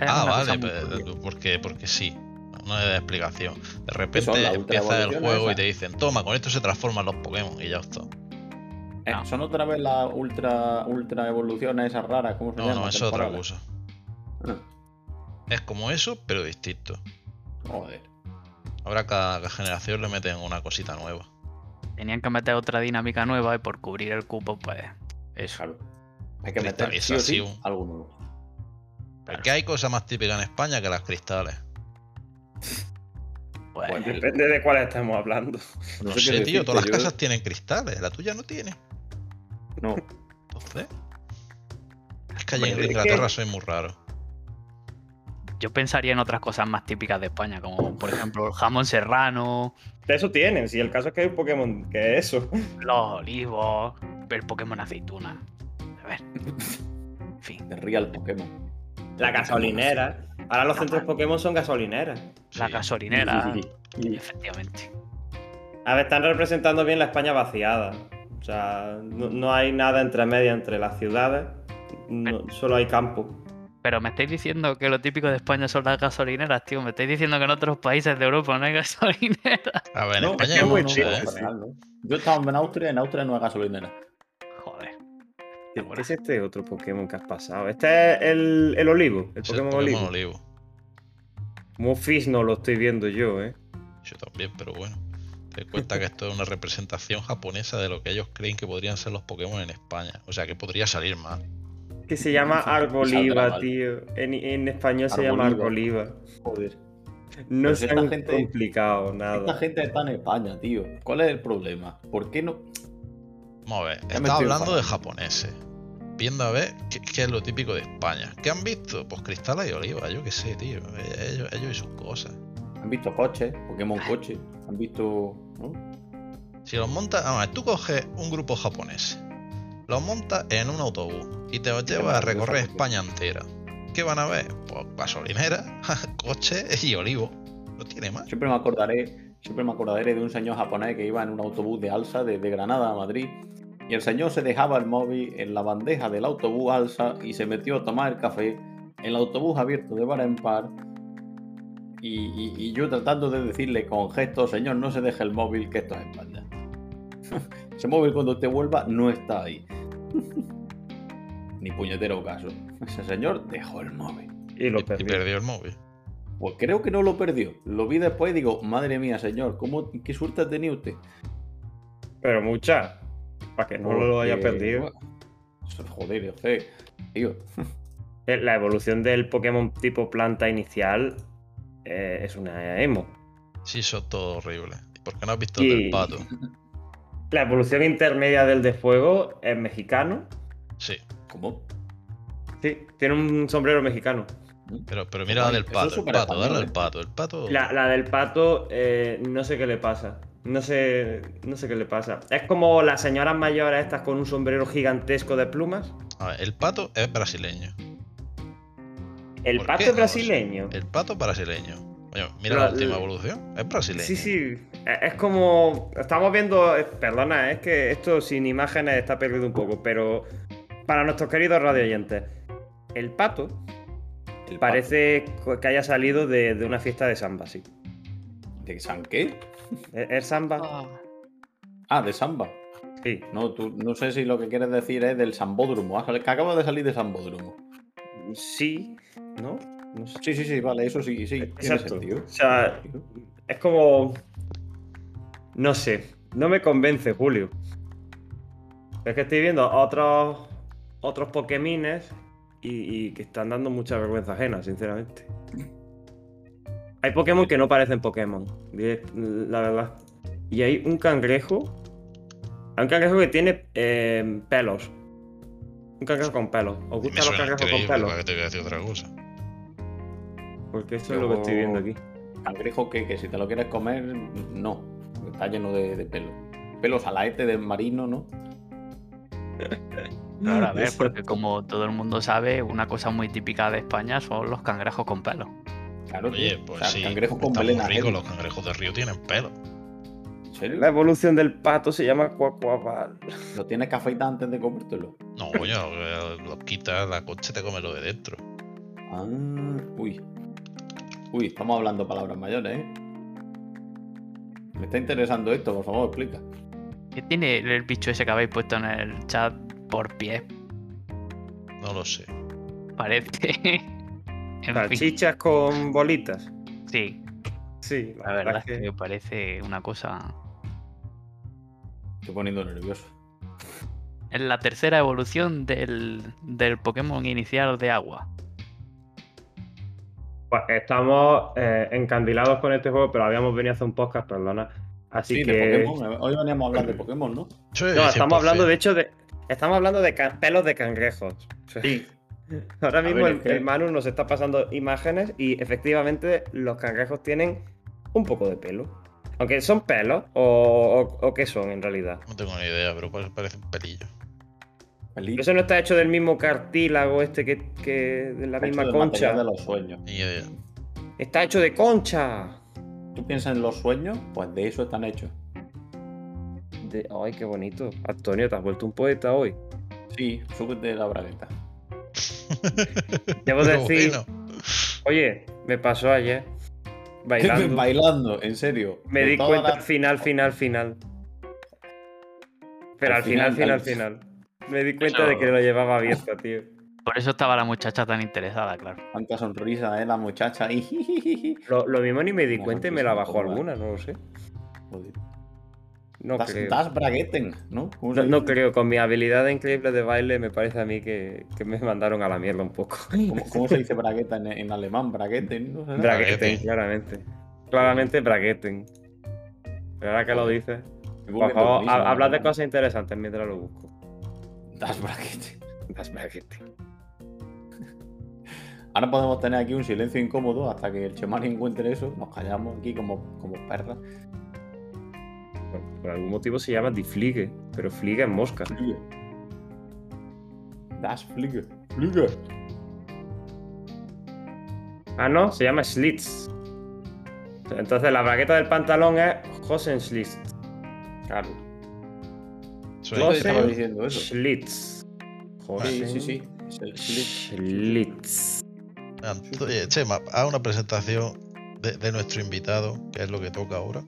Speaker 4: es
Speaker 2: Ah,
Speaker 4: una cosa
Speaker 2: vale,
Speaker 4: muy
Speaker 2: pero-
Speaker 4: turbia.
Speaker 2: porque, porque sí. No, no le da explicación. De
Speaker 3: son
Speaker 2: repente
Speaker 3: las ultra
Speaker 2: empieza el
Speaker 3: evoluciones
Speaker 2: juego y
Speaker 3: esas?
Speaker 2: te dicen, toma, con esto se transforman los Pokémon y ya está.
Speaker 3: Eh,
Speaker 4: No.
Speaker 3: Son otra vez las ultra, ultra evoluciones esas raras, ¿cómo se
Speaker 2: No,
Speaker 3: llama?
Speaker 2: no, eso es otra
Speaker 3: Temporales.
Speaker 2: cosa. Es como eso, pero distinto.
Speaker 3: Ah, [laughs] Joder.
Speaker 2: Ahora cada, cada generación le meten una cosita nueva.
Speaker 4: Tenían que meter otra dinámica nueva y por cubrir el cupo, pues. Eso.
Speaker 3: Claro. Hay que meter
Speaker 2: Cristales,
Speaker 3: sí o
Speaker 2: así,
Speaker 3: sí,
Speaker 2: un-
Speaker 3: algo nuevo.
Speaker 2: Porque hay cosas más típicas en España que las cristales.
Speaker 4: Pues,
Speaker 3: Bueno,
Speaker 1: Depende de cuál estamos hablando.
Speaker 2: No
Speaker 3: sé qué
Speaker 2: sé, tío,
Speaker 3: decirte,
Speaker 2: todas las
Speaker 3: yo-
Speaker 2: casas tienen cristales, la tuya no tiene.
Speaker 3: No,
Speaker 2: Entonces. Es que allá en
Speaker 1: Hombre, es
Speaker 2: Inglaterra
Speaker 1: que-
Speaker 2: soy muy raro.
Speaker 4: Yo pensaría en otras cosas más típicas de España, como por ejemplo el jamón serrano,
Speaker 1: De eso tienen, si el caso es que hay un Pokémon que es eso.
Speaker 4: los olivos, el Pokémon aceituna. A ver. En
Speaker 2: [laughs]
Speaker 4: fin,
Speaker 3: de Real Pokémon.
Speaker 1: La gasolinera. Ahora los centros Pokémon son gasolineras.
Speaker 4: la
Speaker 2: Sí.
Speaker 4: gasolinera.
Speaker 3: Y-
Speaker 4: efectivamente.
Speaker 1: A ver, están representando bien la España vaciada. O sea, no, no hay nada entre media entre las ciudades. no- solo hay campo.
Speaker 4: Pero me estáis diciendo que lo típico de España son las gasolineras, tío. Me estáis diciendo que en otros países de Europa no hay [laughs] gasolineras.
Speaker 2: A ver, en
Speaker 3: No,
Speaker 2: España
Speaker 1: es
Speaker 2: hay
Speaker 1: muy
Speaker 2: muchas,
Speaker 1: chico,
Speaker 2: ¿eh?
Speaker 1: sí.
Speaker 3: en general, ¿no? Yo estaba en Austria, en Austria no hay gasolinera.
Speaker 2: E-
Speaker 4: Joder.
Speaker 1: ¿Qué es este otro Pokémon que has pasado? Este es el, el olivo, el
Speaker 2: Es el
Speaker 1: Pokémon,
Speaker 2: Pokémon
Speaker 1: olivo.
Speaker 2: olivo.
Speaker 1: Muy fis no lo estoy viendo yo, ¿eh?
Speaker 2: Yo también, pero bueno. Ten en cuenta que esto es una representación japonesa de lo que ellos creen que podrían ser los Pokémon en España. O sea, que podría salir mal.
Speaker 1: Que se llama
Speaker 3: Saldrá
Speaker 1: Arboliva,
Speaker 3: mal.
Speaker 1: tío. En, en español se llama
Speaker 3: Arboliva.
Speaker 1: Arboliva.
Speaker 3: Joder.
Speaker 1: No
Speaker 3: Pero
Speaker 1: se
Speaker 3: esta
Speaker 1: han
Speaker 3: gente-
Speaker 1: complicado
Speaker 3: Esta
Speaker 1: nada.
Speaker 3: gente está en España, tío. ¿Cuál es el problema? ¿Por qué no?
Speaker 2: Vamos a ver,
Speaker 3: me
Speaker 2: está
Speaker 3: estoy
Speaker 2: hablando de
Speaker 3: enfadando.
Speaker 2: japoneses. Viendo a ver qué, qué es lo típico de España. ¿Qué han visto? Pues cristales y oliva, yo qué sé, tío. Ellos, ellos y sus cosas.
Speaker 3: Han visto coches, Pokémon coche. Han visto. ¿no?
Speaker 2: Si los montas, vamos a ver, tú coges un grupo japonés, los montas en un autobús y te los llevas a
Speaker 3: maravillosa
Speaker 2: recorrer
Speaker 3: cuestión.
Speaker 2: España entera. ¿Qué van a ver? Pues gasolinera, [laughs] coches y olivo. No tiene más.
Speaker 3: Siempre me acordaré. Siempre me acordaré de un señor japonés que iba en un autobús de alza desde Granada a Madrid. Y el señor se dejaba el móvil en la bandeja del autobús alza y se metió a tomar el café. El autobús abierto de bar en par. Y, y- y yo tratando de decirle con gestos, señor, no se deje el móvil, que esto es España. [laughs] Ese móvil cuando usted vuelva no está ahí. [laughs] Ni puñetero caso. Ese señor dejó el móvil.
Speaker 1: Y
Speaker 2: Y,
Speaker 1: lo
Speaker 2: y
Speaker 1: perdí.
Speaker 2: perdió el móvil.
Speaker 3: Pues creo que no lo perdió. Lo vi después y digo, madre mía, señor, ¿cómo, ¿qué suerte ha tenido usted?
Speaker 1: Pero mucha. Para que no lo haya
Speaker 3: Porque,
Speaker 1: perdido.
Speaker 3: bueno, eso, Joder, joder. Tío,
Speaker 1: Eh, La evolución del Pokémon tipo planta inicial eh, es una emo.
Speaker 2: Sí, eso es todo horrible. ¿Por qué no has visto
Speaker 1: Y-
Speaker 2: el del pato?
Speaker 1: La evolución intermedia del de fuego es mexicano.
Speaker 2: Sí,
Speaker 3: ¿cómo?
Speaker 1: Sí, tiene un sombrero mexicano.
Speaker 2: pero, pero mira la del
Speaker 3: Eso es
Speaker 2: pato, el
Speaker 3: súper
Speaker 2: pato, dale
Speaker 3: español,
Speaker 2: al
Speaker 3: ¿eh?
Speaker 2: pato, el pato.
Speaker 1: La, la del pato, eh, no sé qué le pasa. No sé, no sé qué le pasa. Es como las señoras mayores estas con un sombrero gigantesco de plumas.
Speaker 2: A ver, el pato es brasileño.
Speaker 1: El
Speaker 2: ¿Por
Speaker 1: pato
Speaker 2: qué?
Speaker 1: es brasileño.
Speaker 2: El pato brasileño. Oye, mira
Speaker 1: La-
Speaker 2: la última
Speaker 1: la-
Speaker 2: evolución. Es brasileño.
Speaker 1: Sí, sí. Es es como. Estamos viendo. eh, Perdona, es que esto sin imágenes está perdido un poco, pero. Para nuestros queridos radio oyentes, el pato
Speaker 3: El
Speaker 1: parece co- que haya salido de, de una fiesta de samba, sí.
Speaker 3: pato. ¿De San qué?
Speaker 1: ¿Es es
Speaker 4: Ah.
Speaker 1: samba?
Speaker 3: Ah, de Samba.
Speaker 1: Sí.
Speaker 3: No, tú, no sé si lo que quieres decir es del Sambódromo. Ah, que acaba de salir de Sambódromo.
Speaker 1: Sí. ¿No? No sé.
Speaker 3: Sí, sí, sí, vale, eso sí, sí. Tiene
Speaker 1: Exacto.
Speaker 3: sentido.
Speaker 1: O sea, Es como. No sé. No me convence, Julio. Es que estoy viendo a otros. otros Pokémines y, y que están dando mucha vergüenza ajena, sinceramente. Hay Pokémon que no parecen Pokémon, direct- la verdad. Y hay un cangrejo. Hay un cangrejo que tiene eh, pelos. Un cangrejo con pelos. ¿Os
Speaker 2: Y me
Speaker 1: gustan los
Speaker 2: suena
Speaker 1: cangrejos con
Speaker 2: increíble,
Speaker 1: pelos?
Speaker 2: ¿para qué te voy a decir otra cosa?
Speaker 1: Porque eso es lo que estoy viendo aquí.
Speaker 3: Cangrejo que, que si te lo quieres comer, no. Está lleno de, de pelo. Pelos al aete del marino, ¿no?
Speaker 4: Claro, a ver, pues
Speaker 1: Exacto.
Speaker 4: porque como todo el mundo sabe, una cosa muy típica de España son los cangrejos con pelo.
Speaker 3: Claro,
Speaker 2: Oye,
Speaker 3: tío.
Speaker 2: pues
Speaker 3: O sea,
Speaker 2: sí.
Speaker 3: Cangrejo con
Speaker 2: está muy
Speaker 3: melena.
Speaker 2: rico,
Speaker 3: ajena.
Speaker 2: los cangrejos de río tienen pelo.
Speaker 3: ¿En serio?
Speaker 1: La evolución del pato se llama Cuacuabal.
Speaker 3: Lo tienes que afeitar antes de comértelo.
Speaker 2: No, coño, [laughs] eh, los quitas, la coche te come lo de dentro.
Speaker 3: Ah, uy. Ah, Uy, estamos hablando palabras mayores, ¿eh? Me está interesando esto, por favor, explica.
Speaker 4: ¿Qué tiene el bicho ese que habéis puesto en el chat por pie? [laughs]
Speaker 2: No lo sé.
Speaker 4: Parece. en fin,
Speaker 1: Salchichas con bolitas.
Speaker 4: sí,
Speaker 1: Sí,
Speaker 4: la verdad es que me parece una cosa.
Speaker 3: Estoy poniendo nervioso.
Speaker 4: Es la tercera evolución del, del Pokémon inicial de agua.
Speaker 1: Pues estamos eh, encandilados con este juego, pero habíamos venido a hacer un podcast, perdona. Así
Speaker 3: Sí, de
Speaker 1: que.
Speaker 3: Pokémon. eh, Hoy veníamos a hablar de Pokémon, ¿no?
Speaker 2: Sí,
Speaker 1: No, estamos
Speaker 2: 100%.
Speaker 1: hablando, de hecho, de. Estamos hablando de ca- pelos de cangrejos. O sea,
Speaker 3: Sí.
Speaker 1: [laughs] Ahora mismo
Speaker 3: ver,
Speaker 1: el,
Speaker 3: es que-
Speaker 1: el Manu nos está pasando imágenes y efectivamente los cangrejos tienen un poco de pelo. Aunque son pelos o, o- o qué son en realidad.
Speaker 2: No tengo ni idea, pero pa- parece un pelillo.
Speaker 3: Feliz.
Speaker 1: Eso no está hecho del mismo cartílago este que, que de la
Speaker 3: Hecho
Speaker 1: misma
Speaker 3: del
Speaker 1: concha.
Speaker 3: material de los sueños.
Speaker 2: Ni idea.
Speaker 1: Está hecho de concha.
Speaker 3: ¿Tú piensas en los sueños? Pues de eso están hechos.
Speaker 1: De- Ay, qué bonito. Antonio, te has vuelto un poeta hoy.
Speaker 3: Sí, súbete la bragueta.
Speaker 1: Debo
Speaker 2: [laughs] Pero
Speaker 1: decir,
Speaker 2: bueno,
Speaker 1: oye, me pasó ayer bailando.
Speaker 3: [laughs] Bailando, en serio.
Speaker 1: me
Speaker 3: De
Speaker 1: di
Speaker 3: todas
Speaker 1: cuenta al
Speaker 3: las-
Speaker 1: final, final, final. Pero al
Speaker 3: Al
Speaker 1: final,
Speaker 3: final,
Speaker 1: final,
Speaker 3: al-
Speaker 1: final. Me di cuenta
Speaker 4: Eso-
Speaker 1: de que lo llevaba abierto, tío.
Speaker 4: Por eso estaba la muchacha tan interesada, claro.
Speaker 3: Tanta sonrisa, ¿eh? La muchacha. Y... [laughs]
Speaker 1: Lo, lo mismo ni me di
Speaker 3: Me
Speaker 1: cuenta y
Speaker 3: rompiste
Speaker 1: me la
Speaker 3: un
Speaker 1: bajó
Speaker 3: poco, ¿eh?
Speaker 1: alguna, no lo sé.
Speaker 3: Joder.
Speaker 1: No
Speaker 3: das,
Speaker 1: creo.
Speaker 3: das bragueten, ¿no? ¿Cómo se
Speaker 1: No, no
Speaker 3: dice?
Speaker 1: creo, con mi habilidad increíble de baile me parece a mí que, que me mandaron a la mierda un poco.
Speaker 3: ¿Cómo, cómo se dice bragueta en, en alemán? Bragueten, [laughs] ¿no? será?
Speaker 1: Bragueten, claramente. Claramente bragueten. Pero ahora que lo dices. Por
Speaker 3: Me vuelve
Speaker 1: favor,
Speaker 3: loquísimo,
Speaker 1: ha- hablad de
Speaker 3: ¿no? [laughs]
Speaker 1: cosas interesantes mientras lo busco.
Speaker 3: Das bragueten.
Speaker 1: Las bragueten.
Speaker 3: Ahora podemos tener aquí un silencio incómodo hasta que el Chemari encuentre eso. Nos callamos aquí como, como perras.
Speaker 1: Por, por algún motivo se llama difligue, pero fliga es mosca.
Speaker 3: Flüge. Das Flüge. Flüge.
Speaker 1: Ah, no, se llama Schlitz. Entonces la bragueta del pantalón es Hosenschlitz.
Speaker 3: Claro.
Speaker 2: soy-
Speaker 3: Yo te
Speaker 1: Entonces-
Speaker 3: estaba diciendo eso.
Speaker 1: Schlitz.
Speaker 3: Sí,
Speaker 1: Pues
Speaker 3: sí, sí. Es el Flüge.
Speaker 1: Schlitz.
Speaker 2: Anto- eh, Chema, haz una presentación de, de nuestro invitado, que es lo que toca ahora.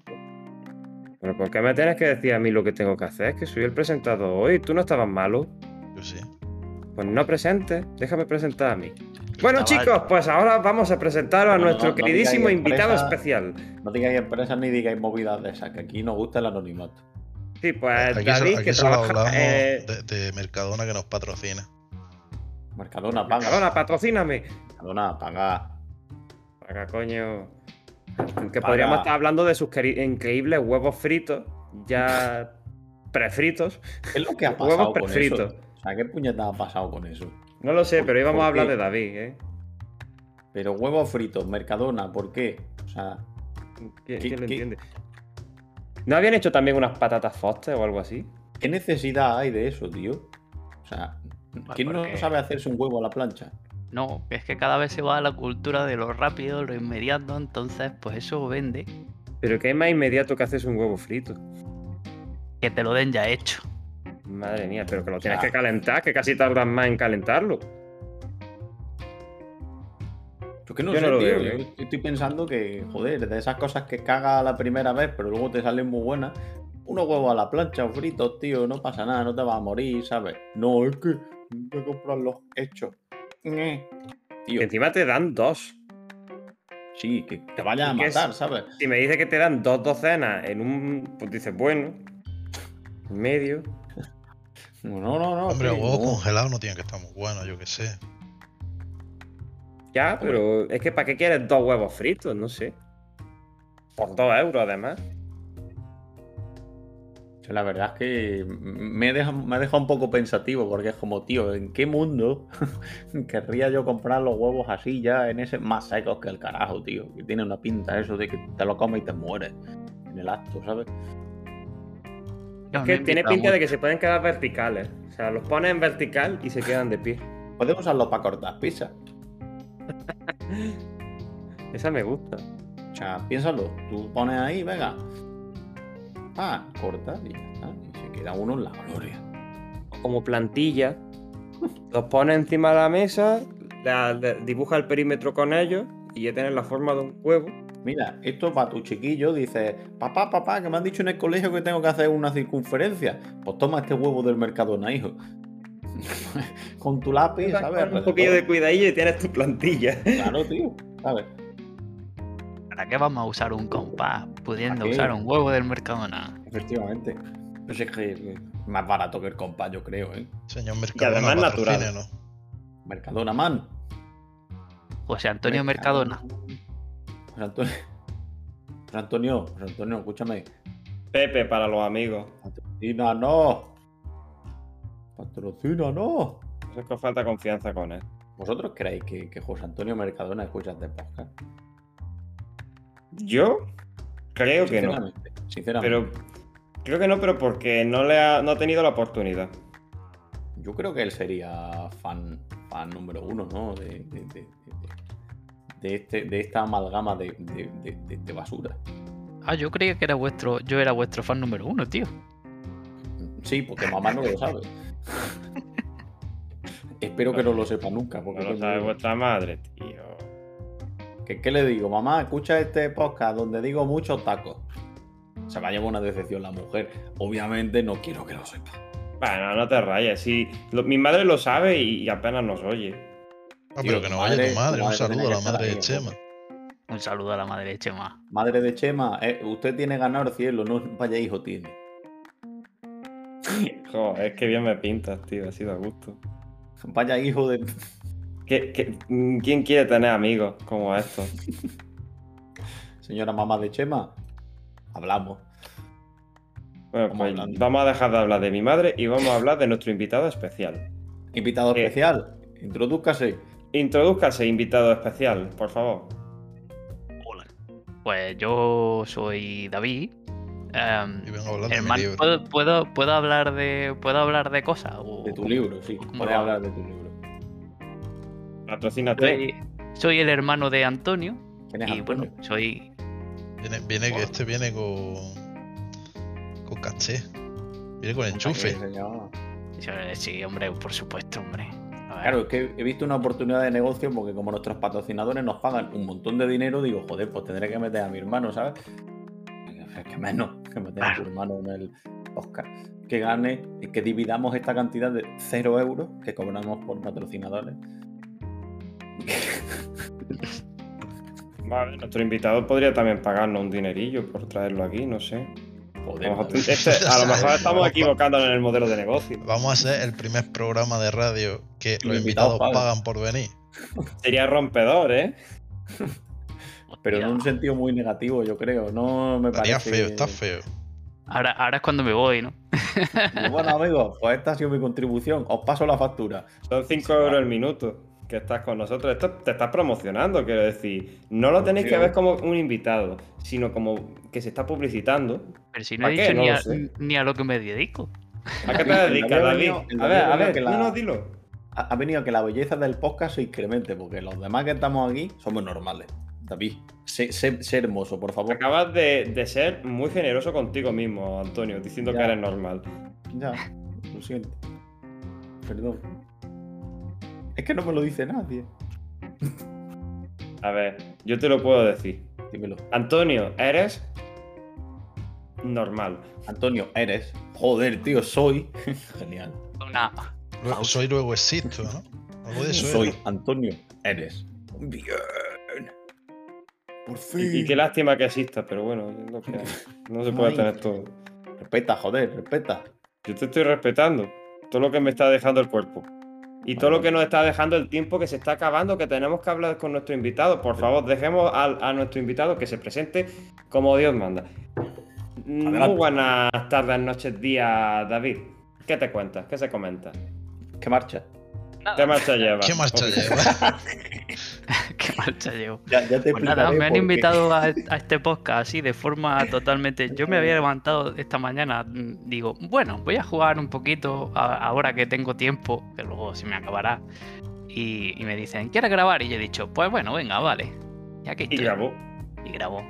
Speaker 1: Pero ¿por qué me tienes que decir a mí lo que tengo que hacer? Que soy el presentador hoy, tú no estabas malo.
Speaker 2: Yo sí.
Speaker 1: Pues no presente, déjame presentar a mí. Bueno
Speaker 4: Chaval.
Speaker 1: chicos, pues ahora vamos a presentar a
Speaker 3: No, no,
Speaker 1: nuestro
Speaker 3: no digáis
Speaker 1: queridísimo
Speaker 3: empresa.
Speaker 1: invitado especial.
Speaker 3: No digáis empresas ni digáis movidas de esas, que aquí nos gusta el anonimato.
Speaker 1: Sí,
Speaker 3: Eh,
Speaker 1: pues
Speaker 2: aquí
Speaker 1: David
Speaker 2: solo, aquí
Speaker 1: que
Speaker 2: solo
Speaker 1: trabaja...
Speaker 2: hablamos
Speaker 1: eh,
Speaker 2: de, de Mercadona que nos patrocina.
Speaker 3: Mercadona, paga.
Speaker 1: Mercadona, patrocíname.
Speaker 3: Mercadona, paga.
Speaker 1: Acá, coño. Que podríamos estar hablando de sus queri- increíbles huevos fritos, ya prefritos.
Speaker 3: ¿Qué es lo que ha
Speaker 1: Huevos
Speaker 3: pasado con eso?
Speaker 1: prefritos.
Speaker 3: O sea, ¿qué puñetas ha pasado con eso?
Speaker 1: No lo sé,
Speaker 3: ¿Por-
Speaker 1: pero íbamos
Speaker 3: por
Speaker 1: a hablar
Speaker 3: qué?
Speaker 1: de David, ¿eh?
Speaker 3: Pero huevos fritos, Mercadona, ¿por qué? O sea,
Speaker 1: ¿Quién,
Speaker 3: ¿Qué-
Speaker 1: quién lo
Speaker 3: qué?
Speaker 1: entiende? ¿No habían hecho también unas patatas Foster o algo así?
Speaker 3: ¿qué necesidad hay de eso, tío? O sea, ¿quién no
Speaker 4: porque-
Speaker 3: sabe hacerse un huevo a la plancha?
Speaker 4: No, es que cada vez se va a la cultura de lo rápido, lo inmediato, entonces pues eso vende.
Speaker 1: Pero que es más inmediato que haces un huevo frito.
Speaker 4: Que te lo den ya hecho.
Speaker 1: Madre mía, pero que lo tienes
Speaker 3: Ya.
Speaker 1: que calentar, que casi tardan más en calentarlo.
Speaker 3: Yo que no
Speaker 1: Yo
Speaker 3: sé,
Speaker 1: no lo
Speaker 3: tío.
Speaker 1: veo, ¿eh?
Speaker 3: yo estoy pensando que, joder, de esas cosas que caga la primera vez, pero luego te salen muy buenas. Unos huevos a la plancha, fritos, tío, no pasa nada, no te vas a morir, ¿sabes? No, es que hay que comprar los hechos. Ñe.
Speaker 1: Y
Speaker 3: Tío,
Speaker 1: encima te dan dos.
Speaker 3: sí, que te vayan a
Speaker 1: ¿Y qué es?
Speaker 3: matar, ¿sabes?
Speaker 1: Si me dice que te dan dos docenas en un. Pues dices, bueno. En medio.
Speaker 3: No, no, no.
Speaker 2: Hombre,
Speaker 3: Ah, sí, uh.
Speaker 2: huevos
Speaker 3: no.
Speaker 2: congelados no tienen que estar muy buenos, yo qué sé.
Speaker 1: Ya, pero es que ¿para qué quieres dos huevos fritos? No sé. Por dos euros, además.
Speaker 3: Yo La verdad es que me deja, me ha dejado un poco pensativo porque es como, tío, ¿en qué mundo [laughs] querría yo comprar los huevos así ya en ese más secos que el carajo, tío? Que tiene una pinta eso de que te lo comes y te mueres en el acto, ¿sabes?
Speaker 4: Dios,
Speaker 1: Es
Speaker 4: me
Speaker 1: que
Speaker 4: invita
Speaker 1: tiene pinta de
Speaker 4: mucho.
Speaker 1: que se pueden quedar verticales. O sea, los pones en vertical y se quedan de pie.
Speaker 3: Podemos usarlo para cortar pizza.
Speaker 1: Esa me gusta.
Speaker 3: O sea, piénsalo, tú pones ahí, venga. Ah, corta y ya está. Y se queda uno en la gloria.
Speaker 1: Como plantilla. Los pones encima de la mesa, la- la- dibuja el perímetro con ellos y ya tienen la forma de un huevo.
Speaker 3: Mira, esto para tu chiquillo, dices, papá, papá, que me han dicho en el colegio que tengo que hacer una circunferencia. Pues toma este huevo del Mercadona, hijo. [laughs] Con tu lápiz, ¿sabes?
Speaker 1: un poquillo de cuidadillo y tienes tu plantilla.
Speaker 3: Claro, tío, ¿sabes?
Speaker 4: ¿Para qué vamos a usar un compás pudiendo
Speaker 3: ¿Para qué?
Speaker 4: usar un huevo del Mercadona?
Speaker 3: Efectivamente. Pues es que es más barato que el compás, yo creo, ¿eh?
Speaker 2: Señor Mercadona,
Speaker 1: además natural.
Speaker 2: patrocínenos.
Speaker 3: Mercadona, man.
Speaker 4: José Antonio
Speaker 3: Mercadona.
Speaker 4: Mercadona.
Speaker 3: Pues Antonio, pues Antonio, pues Antonio, escúchame.
Speaker 1: [laughs] Pepe para los amigos.
Speaker 3: Patrocina, no. Patrocina, no.
Speaker 1: Eso es que os falta confianza con él.
Speaker 3: ¿Vosotros creéis que, que José Antonio Mercadona escucha este podcast?
Speaker 1: Yo creo que no.
Speaker 3: sinceramente, sinceramente.
Speaker 1: Pero creo que no, pero porque no le ha, no ha tenido la oportunidad.
Speaker 3: Yo creo que él sería fan, fan número uno, ¿no? De, de- de- de- de- de este, de esta amalgama de, de- de- de- de basura.
Speaker 4: Ah, yo creía que era vuestro, yo era vuestro fan número uno, tío.
Speaker 3: Sí, porque mamá no lo
Speaker 1: [laughs]
Speaker 3: sabe. Espero que no lo sepa nunca.
Speaker 1: No
Speaker 3: Porque
Speaker 1: lo
Speaker 3: coño,
Speaker 1: sabe vuestra madre, tío.
Speaker 3: ¿qué, qué le digo? Mamá, escucha este podcast donde digo muchos tacos. Se va a llevar una decepción la mujer. Obviamente no quiero que lo sepa.
Speaker 1: Bueno, no te rayes. Sí, lo- mi madre lo sabe y, y apenas nos oye.
Speaker 2: Ah,
Speaker 3: Tío,
Speaker 2: pero que
Speaker 3: tu
Speaker 2: no vaya
Speaker 3: madre-
Speaker 2: tu madre. Un
Speaker 3: tu madre tenía
Speaker 2: saludo a
Speaker 3: que
Speaker 2: la
Speaker 3: estar
Speaker 2: madre
Speaker 3: ahí,
Speaker 2: de Chema.
Speaker 4: Un saludo a la madre de Chema.
Speaker 3: Madre de Chema, eh, usted tiene ganado el cielo, no vaya hijo tiene.
Speaker 1: Joder, que bien me pintas, tío. Así da gusto.
Speaker 3: Vaya hijo de...
Speaker 1: ¿Qué- qué- mm, quién quiere tener amigos como estos?
Speaker 3: Señora mamá de Chema, hablamos.
Speaker 1: Bueno,
Speaker 3: Vamos
Speaker 1: pues
Speaker 3: hablando.
Speaker 1: vamos a dejar de hablar de mi madre y vamos a hablar de nuestro invitado especial.
Speaker 3: Invitado
Speaker 1: Eh.
Speaker 3: especial, introdúzcase.
Speaker 1: Introdúzcase, invitado especial, por favor.
Speaker 4: Hola. Pues yo soy David. em,
Speaker 2: Y vengo hablando de mi
Speaker 4: hermano,
Speaker 2: libro.
Speaker 4: ¿puedo, puedo, puedo hablar de, puedo hablar de cosas? O-
Speaker 3: De tu libro, sí.
Speaker 4: ¿Cómo
Speaker 3: Puedes
Speaker 4: va?
Speaker 3: hablar de tu libro.
Speaker 1: Patrocínate.
Speaker 4: Soy, soy el hermano de Antonio
Speaker 3: ¿Quién es
Speaker 4: y
Speaker 3: Antonio?
Speaker 4: bueno, soy
Speaker 2: Viene, viene que
Speaker 3: Wow.
Speaker 2: este viene con. con caché. Viene con
Speaker 3: Sí,
Speaker 2: enchufe.
Speaker 3: señor.
Speaker 4: soy- sí, hombre, por supuesto, hombre. A ver,
Speaker 3: Claro, es que he visto una oportunidad de negocio porque como nuestros patrocinadores nos pagan un montón de dinero, digo, joder, pues tendré que meter a mi hermano, ¿sabes? Es que menos que meter a tu hermano en el Oscar. Que gane, que dividamos esta cantidad de 0 euros que cobramos por patrocinadores.
Speaker 1: Vale, nuestro invitado podría también pagarnos un dinerillo por traerlo aquí, no sé. A
Speaker 3: Joder.
Speaker 1: lo mejor,
Speaker 3: madre.
Speaker 1: este-
Speaker 3: [laughs]
Speaker 1: a lo mejor estamos equivocándonos en el modelo de negocio.
Speaker 2: Vamos a hacer el primer programa de radio que
Speaker 3: Los
Speaker 2: los
Speaker 3: invitados
Speaker 2: invitados
Speaker 3: pagan.
Speaker 2: pagan por venir.
Speaker 1: Sería rompedor, ¿eh?
Speaker 3: Pero en
Speaker 4: hostia.
Speaker 3: un sentido muy negativo, yo creo. No me
Speaker 2: Estaría
Speaker 3: parece.
Speaker 2: feo, está feo.
Speaker 4: ahora, ahora es cuando me voy, ¿no?
Speaker 3: Y Bueno, amigos, pues esta ha sido mi contribución. Os paso la factura.
Speaker 1: Son 5 euros el minuto que estás con nosotros. Esto te estás promocionando, quiero decir. No
Speaker 3: Pues
Speaker 1: lo tenéis que ver como un invitado, sino como que se está publicitando.
Speaker 4: Pero si no he
Speaker 1: ¿Para qué?
Speaker 4: dicho
Speaker 1: No
Speaker 4: ni,
Speaker 1: lo
Speaker 4: a,
Speaker 1: sé.
Speaker 4: ni a lo que me dedico.
Speaker 1: ¿A qué te
Speaker 3: El
Speaker 1: dedicas, David?
Speaker 3: David ha venido- el
Speaker 1: A ver,
Speaker 3: David ha
Speaker 1: a
Speaker 3: venido
Speaker 1: ver,
Speaker 3: que la-
Speaker 1: no, no, dilo.
Speaker 3: Ha, ha venido que la belleza del podcast se incremente, porque los demás que estamos aquí somos normales. David, sé, sé- sé hermoso, por favor.
Speaker 1: Acabas de, de ser muy generoso contigo mismo, Antonio, diciendo
Speaker 3: Ya.
Speaker 1: que eres normal.
Speaker 3: Ya, lo siento. Perdón. Es que no me lo dice nadie.
Speaker 1: A ver, yo te lo puedo decir.
Speaker 3: Dímelo.
Speaker 1: Antonio, eres normal.
Speaker 3: Antonio, eres. Joder, tío, soy. [laughs] Genial.
Speaker 4: Una,
Speaker 2: Luego- Soy luego existo, ¿no? Algo de eso.
Speaker 3: Soy
Speaker 2: era.
Speaker 3: Antonio, eres. Bien. Por fin.
Speaker 1: Y, y qué lástima que exista, pero bueno, es lo que hay. no se puede
Speaker 3: Ay.
Speaker 1: tener todo.
Speaker 3: Respeta, joder, respeta.
Speaker 1: Yo te estoy respetando todo lo que me está dejando el cuerpo. Y todo
Speaker 3: Vale.
Speaker 1: lo que nos está dejando el tiempo que se está acabando, que tenemos que hablar con nuestro invitado. Por favor, dejemos al- a, nuestro invitado que se presente como Dios manda. Muy
Speaker 3: Adelante.
Speaker 1: buenas tardes, noches, días, David. ¿Qué te cuentas? ¿Qué se comenta?
Speaker 3: ¿Qué marcha?
Speaker 1: ¿Qué
Speaker 4: nada,
Speaker 1: marcha lleva?
Speaker 2: ¿Qué marcha lleva?
Speaker 4: [laughs] qué marcha llevo.
Speaker 3: Ya, ya te
Speaker 4: Pues nada,
Speaker 3: explicaré
Speaker 4: me han
Speaker 3: por qué.
Speaker 4: invitado a, a este podcast así de forma totalmente. Yo me había levantado esta mañana, mm, digo, bueno, voy a jugar un poquito a- ahora que tengo tiempo, que luego se me acabará. Y, y me dicen, ¿quieres grabar? Y yo he dicho, pues bueno, venga, vale. Y aquí
Speaker 1: Y
Speaker 4: estoy.
Speaker 1: grabó.
Speaker 4: Y grabó.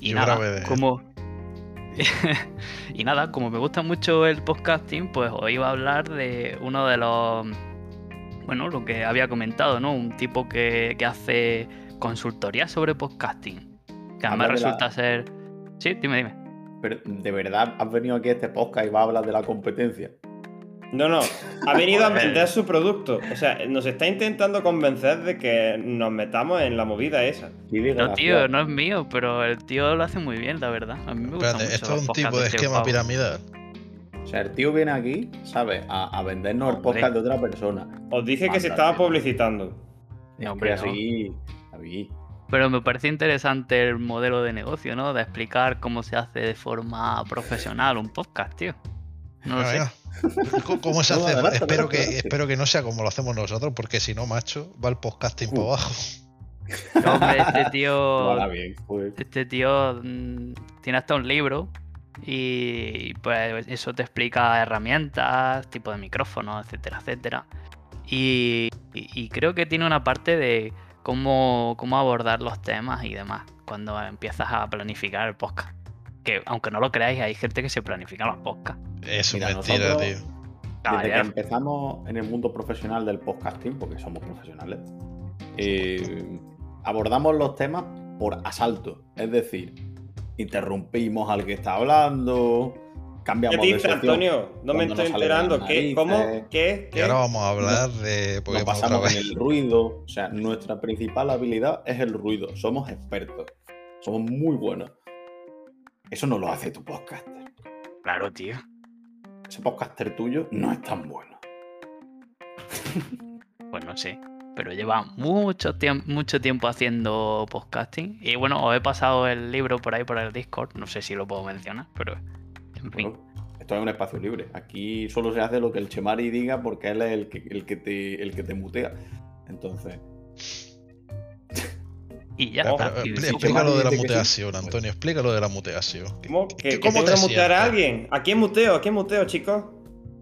Speaker 4: Y
Speaker 2: Yo grabé
Speaker 4: nada,
Speaker 2: de-
Speaker 4: como. [laughs] y nada, como me gusta mucho el podcasting, pues hoy iba a hablar de uno de los bueno, lo que había comentado, ¿no? Un tipo que, que hace consultoría sobre podcasting. Que además
Speaker 3: Habla de la-
Speaker 4: resulta ser. Sí, dime, dime.
Speaker 3: Pero, ¿de verdad has venido aquí a este podcast y vas a hablar de la competencia?
Speaker 1: No, no. Ha venido a
Speaker 4: Joder.
Speaker 1: vender su producto. O sea, nos está intentando convencer de que nos metamos en la movida esa.
Speaker 3: Sí, diga,
Speaker 4: No, tío, no es mío, pero el tío lo hace muy bien, la verdad. A mí me gusta
Speaker 2: Espérate,
Speaker 4: mucho
Speaker 2: esto es
Speaker 4: los
Speaker 2: un
Speaker 4: podcasts
Speaker 2: tipo de
Speaker 4: este
Speaker 2: esquema
Speaker 4: pavo.
Speaker 2: piramidal.
Speaker 3: O sea, el tío viene aquí, ¿sabes? A, a vendernos el
Speaker 4: Hombre.
Speaker 3: podcast de otra persona.
Speaker 1: Os dije que se
Speaker 3: Mándate.
Speaker 1: estaba publicitando.
Speaker 4: No, hombre,
Speaker 3: es que
Speaker 4: no.
Speaker 3: así, David,
Speaker 4: Pero me parece interesante el modelo de negocio, ¿no? De explicar cómo se hace de forma profesional un podcast, tío. No lo
Speaker 2: Ah,
Speaker 4: sé.
Speaker 2: venga. ¿Cómo- ¿Cómo se
Speaker 3: No,
Speaker 2: hace?
Speaker 3: adelante,
Speaker 2: espero,
Speaker 3: adelante,
Speaker 2: que,
Speaker 3: adelante.
Speaker 2: espero que no sea como lo hacemos nosotros, porque si no, macho, va el podcasting
Speaker 3: Uh.
Speaker 2: para abajo.
Speaker 4: No, hombre, este
Speaker 3: no
Speaker 4: tío.
Speaker 3: habla bien, pues.
Speaker 4: Este tío mm, tiene hasta un libro. Y pues eso te explica herramientas, tipo de micrófono, etcétera, etcétera. Y, y- y creo que tiene una parte de cómo, cómo abordar los temas y demás cuando empiezas a planificar el podcast. Que aunque no lo creáis, hay gente que se planifica los podcasts.
Speaker 2: Eso
Speaker 3: Mira,
Speaker 2: es mentira,
Speaker 3: nosotros-
Speaker 2: tío.
Speaker 3: Desde que
Speaker 4: Caballeros.
Speaker 3: empezamos en el mundo profesional del podcasting, porque somos profesionales, eh, abordamos los temas por asalto. Es decir, interrumpimos al que está hablando,
Speaker 1: ¿Qué
Speaker 3: cambiamos
Speaker 1: te
Speaker 3: de
Speaker 1: dice,
Speaker 3: sección,
Speaker 1: Antonio? No me
Speaker 3: cuando
Speaker 1: estoy
Speaker 3: nos sale de las
Speaker 1: enterando. ¿Qué?
Speaker 3: narices.
Speaker 1: ¿Cómo? ¿Qué?
Speaker 2: Y
Speaker 1: ¿Qué?
Speaker 2: ahora vamos a hablar de
Speaker 3: nos
Speaker 2: Pokémon otra
Speaker 3: pasamos
Speaker 2: vez.
Speaker 3: en el ruido. O sea, nuestra principal habilidad es el ruido. Somos expertos. Somos muy buenos. Eso no lo hace tu podcaster.
Speaker 4: Claro, tío.
Speaker 3: Ese podcaster tuyo no es tan bueno.
Speaker 4: Pues no sé. Pero lleva mucho, tiempo mucho tiempo haciendo podcasting. Y bueno, os he pasado el libro por ahí por el Discord. No sé si lo puedo mencionar, pero. En fin.
Speaker 3: Bueno, esto es un espacio libre. Aquí solo se hace lo que el Chemari diga porque él es el que, el que, te, el que te mutea. Entonces,
Speaker 4: y ya
Speaker 1: Oh,
Speaker 4: está.
Speaker 2: Pero, eh,
Speaker 4: Y
Speaker 2: expli-
Speaker 4: sí,
Speaker 2: Explica lo de la
Speaker 3: Dice que sí.
Speaker 2: muteación, Antonio. Explica lo de la muteación.
Speaker 1: ¿Cómo? ¿Que, que
Speaker 2: ¿Cómo
Speaker 1: tengo
Speaker 2: te
Speaker 1: que mutear a
Speaker 2: sientes?
Speaker 1: alguien? ¿A quién muteo? ¿A quién muteo, chicos?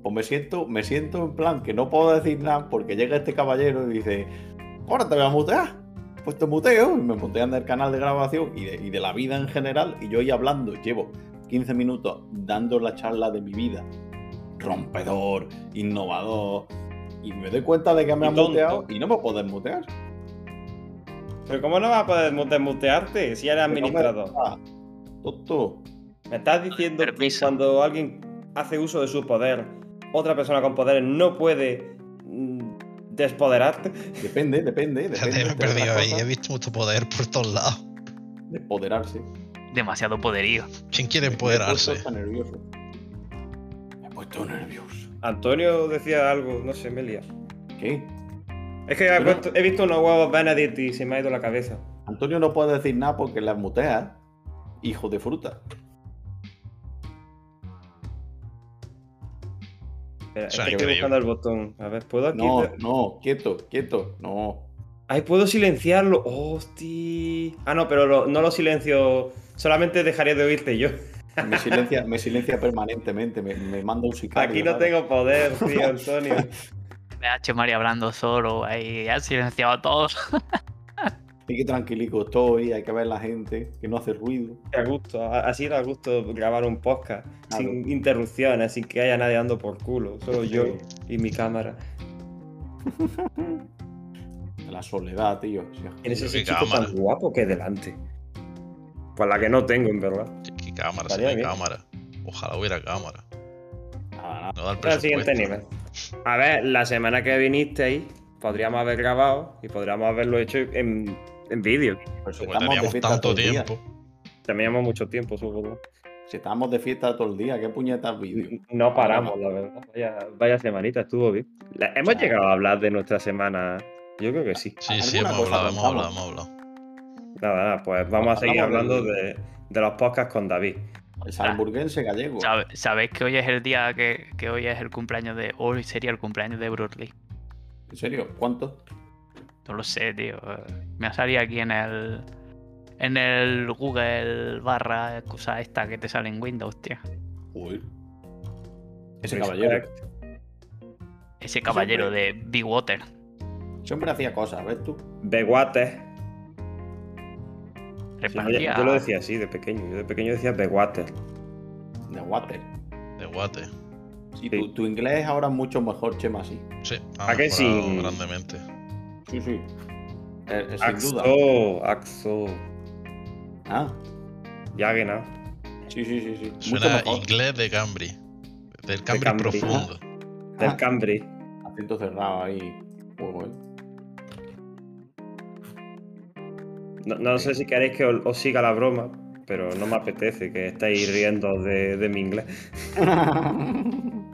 Speaker 3: pues me siento, me siento en plan que no puedo decir nada porque llega este caballero y dice, ahora te voy a mutear. Pues te muteo y me mutean del canal de grabación y de, y de la vida en general. Y yo ahí hablando, llevo 15 minutos dando la charla de mi vida. Rompedor, innovador. Y me doy cuenta de que me
Speaker 1: Y
Speaker 3: han
Speaker 1: tonto.
Speaker 3: muteado y no me pueden mutear.
Speaker 1: ¿Pero cómo no vas a poder mute- mutearte si eres
Speaker 3: Pero no me-
Speaker 1: administrador?
Speaker 3: Ah, Tonto.
Speaker 1: ¿Me estás diciendo que
Speaker 4: Permiso.
Speaker 1: cuando alguien hace uso de su poder, otra persona con poderes no puede mm, despoderarte?
Speaker 3: Depende, depende,
Speaker 2: [laughs] Ya
Speaker 3: depende.
Speaker 2: te me he
Speaker 3: entre otras
Speaker 2: perdido ahí.
Speaker 3: cosas,
Speaker 2: He visto mucho poder por todos lados.
Speaker 3: De empoderarse.
Speaker 4: demasiado poderío.
Speaker 2: ¿Quién quiere
Speaker 3: Me he
Speaker 2: empoderarse?
Speaker 3: puesto hasta nervioso. Me he puesto nervioso.
Speaker 1: Antonio decía algo, no sé, me he liado.
Speaker 3: ¿Qué?
Speaker 1: Es que he
Speaker 3: Pero-
Speaker 1: puesto- he visto unos huevos Benedict y se me ha ido la cabeza.
Speaker 3: Antonio no puede decir nada porque las mutea. Hijo de fruta.
Speaker 1: Espera, es
Speaker 2: Suena
Speaker 1: que estoy
Speaker 2: increíble.
Speaker 1: buscando el botón. A ver, ¿puedo aquí?
Speaker 3: No, no, quieto, quieto. No.
Speaker 1: Ay, ¿puedo silenciarlo? ¡Hosti! Ah, no, pero lo- no lo silencio. Solamente dejaré de oírte yo.
Speaker 3: Me silencia, me silencia permanentemente. Me, me manda un sicario.
Speaker 1: Aquí no
Speaker 3: ¿sabes?
Speaker 1: tengo poder,
Speaker 3: [laughs]
Speaker 1: tío, Antonio.
Speaker 4: BH María hablando solo, ahí ha silenciado a todos.
Speaker 3: Y qué tranquilico estoy. Hay que ver la gente que no hace ruido.
Speaker 1: A gusto, a- así da gusto grabar un podcast.
Speaker 3: Claro.
Speaker 1: Sin interrupciones, sin que haya nadie dando por culo. Solo yo
Speaker 3: Sí.
Speaker 1: y mi cámara.
Speaker 3: La soledad, tío. Sí.
Speaker 1: ¿Quién es
Speaker 2: Yo
Speaker 1: ese
Speaker 2: mi
Speaker 1: chico
Speaker 2: cámara.
Speaker 1: tan guapo que delante? Pues la que no tengo, en verdad.
Speaker 2: ¿Qué cámara? Si
Speaker 1: Estaría
Speaker 2: no hay
Speaker 1: bien.
Speaker 2: cámara. Ojalá hubiera cámara.
Speaker 3: Nada, nada.
Speaker 2: No da el
Speaker 1: Al siguiente
Speaker 2: presupuesto.
Speaker 1: nivel. A ver, la semana que vinisteis, podríamos haber grabado y podríamos haberlo hecho en, en vídeo.
Speaker 3: Pero si
Speaker 2: Porque
Speaker 3: estamos de
Speaker 2: teníamos
Speaker 3: fiesta
Speaker 2: tanto
Speaker 3: todo el día.
Speaker 2: tiempo.
Speaker 1: Teníamos mucho tiempo, supongo.
Speaker 3: Si estábamos de fiesta todo el día, qué puñetas vídeo.
Speaker 1: No paramos,
Speaker 3: pues
Speaker 1: la verdad. Vaya, vaya semanita, estuvo bien. La- ¿Hemos
Speaker 3: Ah.
Speaker 1: llegado a hablar de nuestra semana? Yo creo que sí.
Speaker 2: Sí, sí,
Speaker 3: Alguna
Speaker 2: hemos
Speaker 3: cosa
Speaker 2: hablado, hemos hablado,
Speaker 3: contamos.
Speaker 2: hemos hablado.
Speaker 1: Nada, nada, pues vamos a seguir
Speaker 3: Hablamos
Speaker 1: hablando
Speaker 3: del-
Speaker 1: de, de los podcasts con David.
Speaker 3: El salburguense gallego.
Speaker 4: Sabe- Sabéis que hoy es el día que, que hoy es el cumpleaños de. Hoy sería el cumpleaños de Bruce Lee.
Speaker 3: ¿En serio? ¿Cuántos?
Speaker 4: No lo sé, tío. eh, Me ha salido aquí en el. En el Google barra cosa esta que te sale en Windows, tío.
Speaker 3: Uy.
Speaker 1: Pues,
Speaker 3: Ese
Speaker 1: eh,
Speaker 3: caballero.
Speaker 4: Ese caballero de Big Water.
Speaker 3: Siempre hacía cosas, ¿ves tú?
Speaker 1: De guates. Sí, yo-
Speaker 4: Repartía.
Speaker 1: yo lo decía así de pequeño. Yo de pequeño decía de guates.
Speaker 3: De water.
Speaker 2: De guate.
Speaker 3: Sí, Tu, tu inglés ahora es mucho mejor, Chema, sí.
Speaker 2: Sí, ha
Speaker 1: ¿A que
Speaker 2: mejorado
Speaker 1: sí?
Speaker 2: grandemente.
Speaker 3: Sí, sí. Eh, eh, sin duda.
Speaker 1: Axo, Axo,
Speaker 3: Ah,
Speaker 1: Yagena.
Speaker 3: sí, sí, sí. sí. Mucho
Speaker 2: Suena
Speaker 3: mejor.
Speaker 2: inglés de Cambri. Del Cambri
Speaker 1: Cambri,
Speaker 2: profundo.
Speaker 1: Del
Speaker 3: Ah,
Speaker 1: Cambri.
Speaker 3: acento cerrado ahí. Juego, eh.
Speaker 1: No, no sé si queréis que os, os siga la broma, pero no me apetece que estéis riendo de, de mi inglés. [laughs]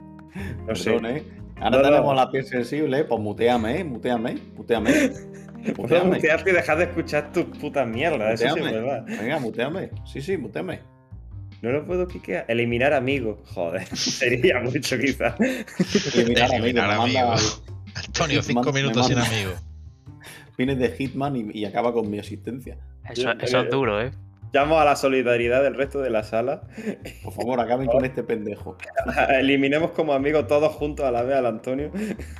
Speaker 1: No sé.
Speaker 3: Perdón, eh. Ahora
Speaker 1: No, no.
Speaker 3: tenemos la piel sensible, eh. Pues muteame, eh, muteame,
Speaker 1: [laughs]
Speaker 3: muteame.
Speaker 1: Puedo
Speaker 3: Muteame.
Speaker 1: mutearte y dejar de escuchar tus putas mierdas, Pues Ah, eso sí es
Speaker 3: Muteame.
Speaker 1: verdad.
Speaker 3: Venga, muteame. Sí, sí, [laughs] muteame.
Speaker 1: No lo puedo quiquear. Eliminar amigos. Joder, [laughs] sería mucho quizás.
Speaker 3: Eliminar amigos,
Speaker 2: Eliminar
Speaker 3: me manda
Speaker 2: amigos. Antonio,
Speaker 3: Sí,
Speaker 2: cinco
Speaker 3: man- me
Speaker 2: minutos sin
Speaker 3: manda.
Speaker 2: amigos.
Speaker 3: fines de Hitman y, y acaba con mi existencia.
Speaker 4: Eso,
Speaker 1: Yo-
Speaker 4: eso es duro, ¿eh?
Speaker 1: Llamo a la solidaridad del resto de la sala. [laughs]
Speaker 3: Por favor, acaben con este pendejo.
Speaker 1: Eliminemos como amigos todos juntos a la vez al Antonio.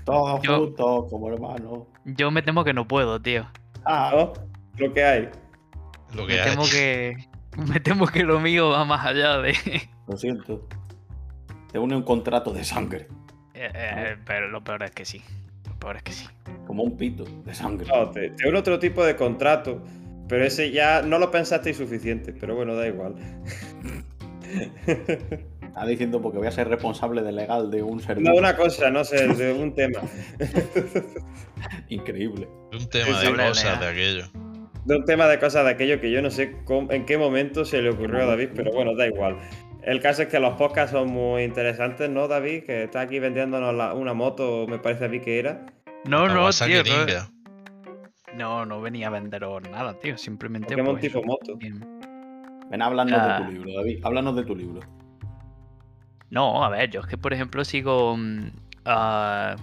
Speaker 3: Todos
Speaker 4: Yo-
Speaker 3: juntos, como hermanos.
Speaker 4: Yo me temo que no puedo, tío.
Speaker 3: Ah,
Speaker 1: ¿No? oh, Lo que hay.
Speaker 2: Lo
Speaker 4: Me
Speaker 2: que hay.
Speaker 4: temo que. [laughs] Me temo que lo mío va más allá de. [laughs]
Speaker 3: lo siento. Te une un contrato de sangre.
Speaker 4: Eh, eh, pero lo peor es que sí. Lo peor es que sí.
Speaker 3: Como un pito de sangre.
Speaker 1: No, te, te une otro tipo de contrato, pero ese ya no lo pensasteis suficiente, pero bueno, da igual.
Speaker 3: Está diciendo porque voy a ser responsable de legal de un servicio.
Speaker 1: No, una cosa, no sé, de un tema.
Speaker 3: Increíble.
Speaker 2: Un tema
Speaker 1: Sí,
Speaker 2: de
Speaker 4: sí.
Speaker 2: cosas, de aquello.
Speaker 1: De un tema de cosas de aquello que yo no sé cómo- en qué momento se le ocurrió a David, pero bueno, da igual. El caso es que los podcasts son muy interesantes, ¿no, David? Que está aquí vendiéndonos la- una moto, me parece a mí que era.
Speaker 4: No, no,
Speaker 2: Kawasaki
Speaker 4: tío. No,
Speaker 2: Ninja.
Speaker 4: no, no venía a venderos nada, tío. Simplemente.
Speaker 1: Pokémon
Speaker 4: pues,
Speaker 1: tipo moto.
Speaker 4: bien.
Speaker 3: Ven, háblanos
Speaker 4: Ah.
Speaker 3: de tu libro, David. Háblanos de tu libro.
Speaker 4: No, a ver, yo es que por ejemplo sigo. mm, ah,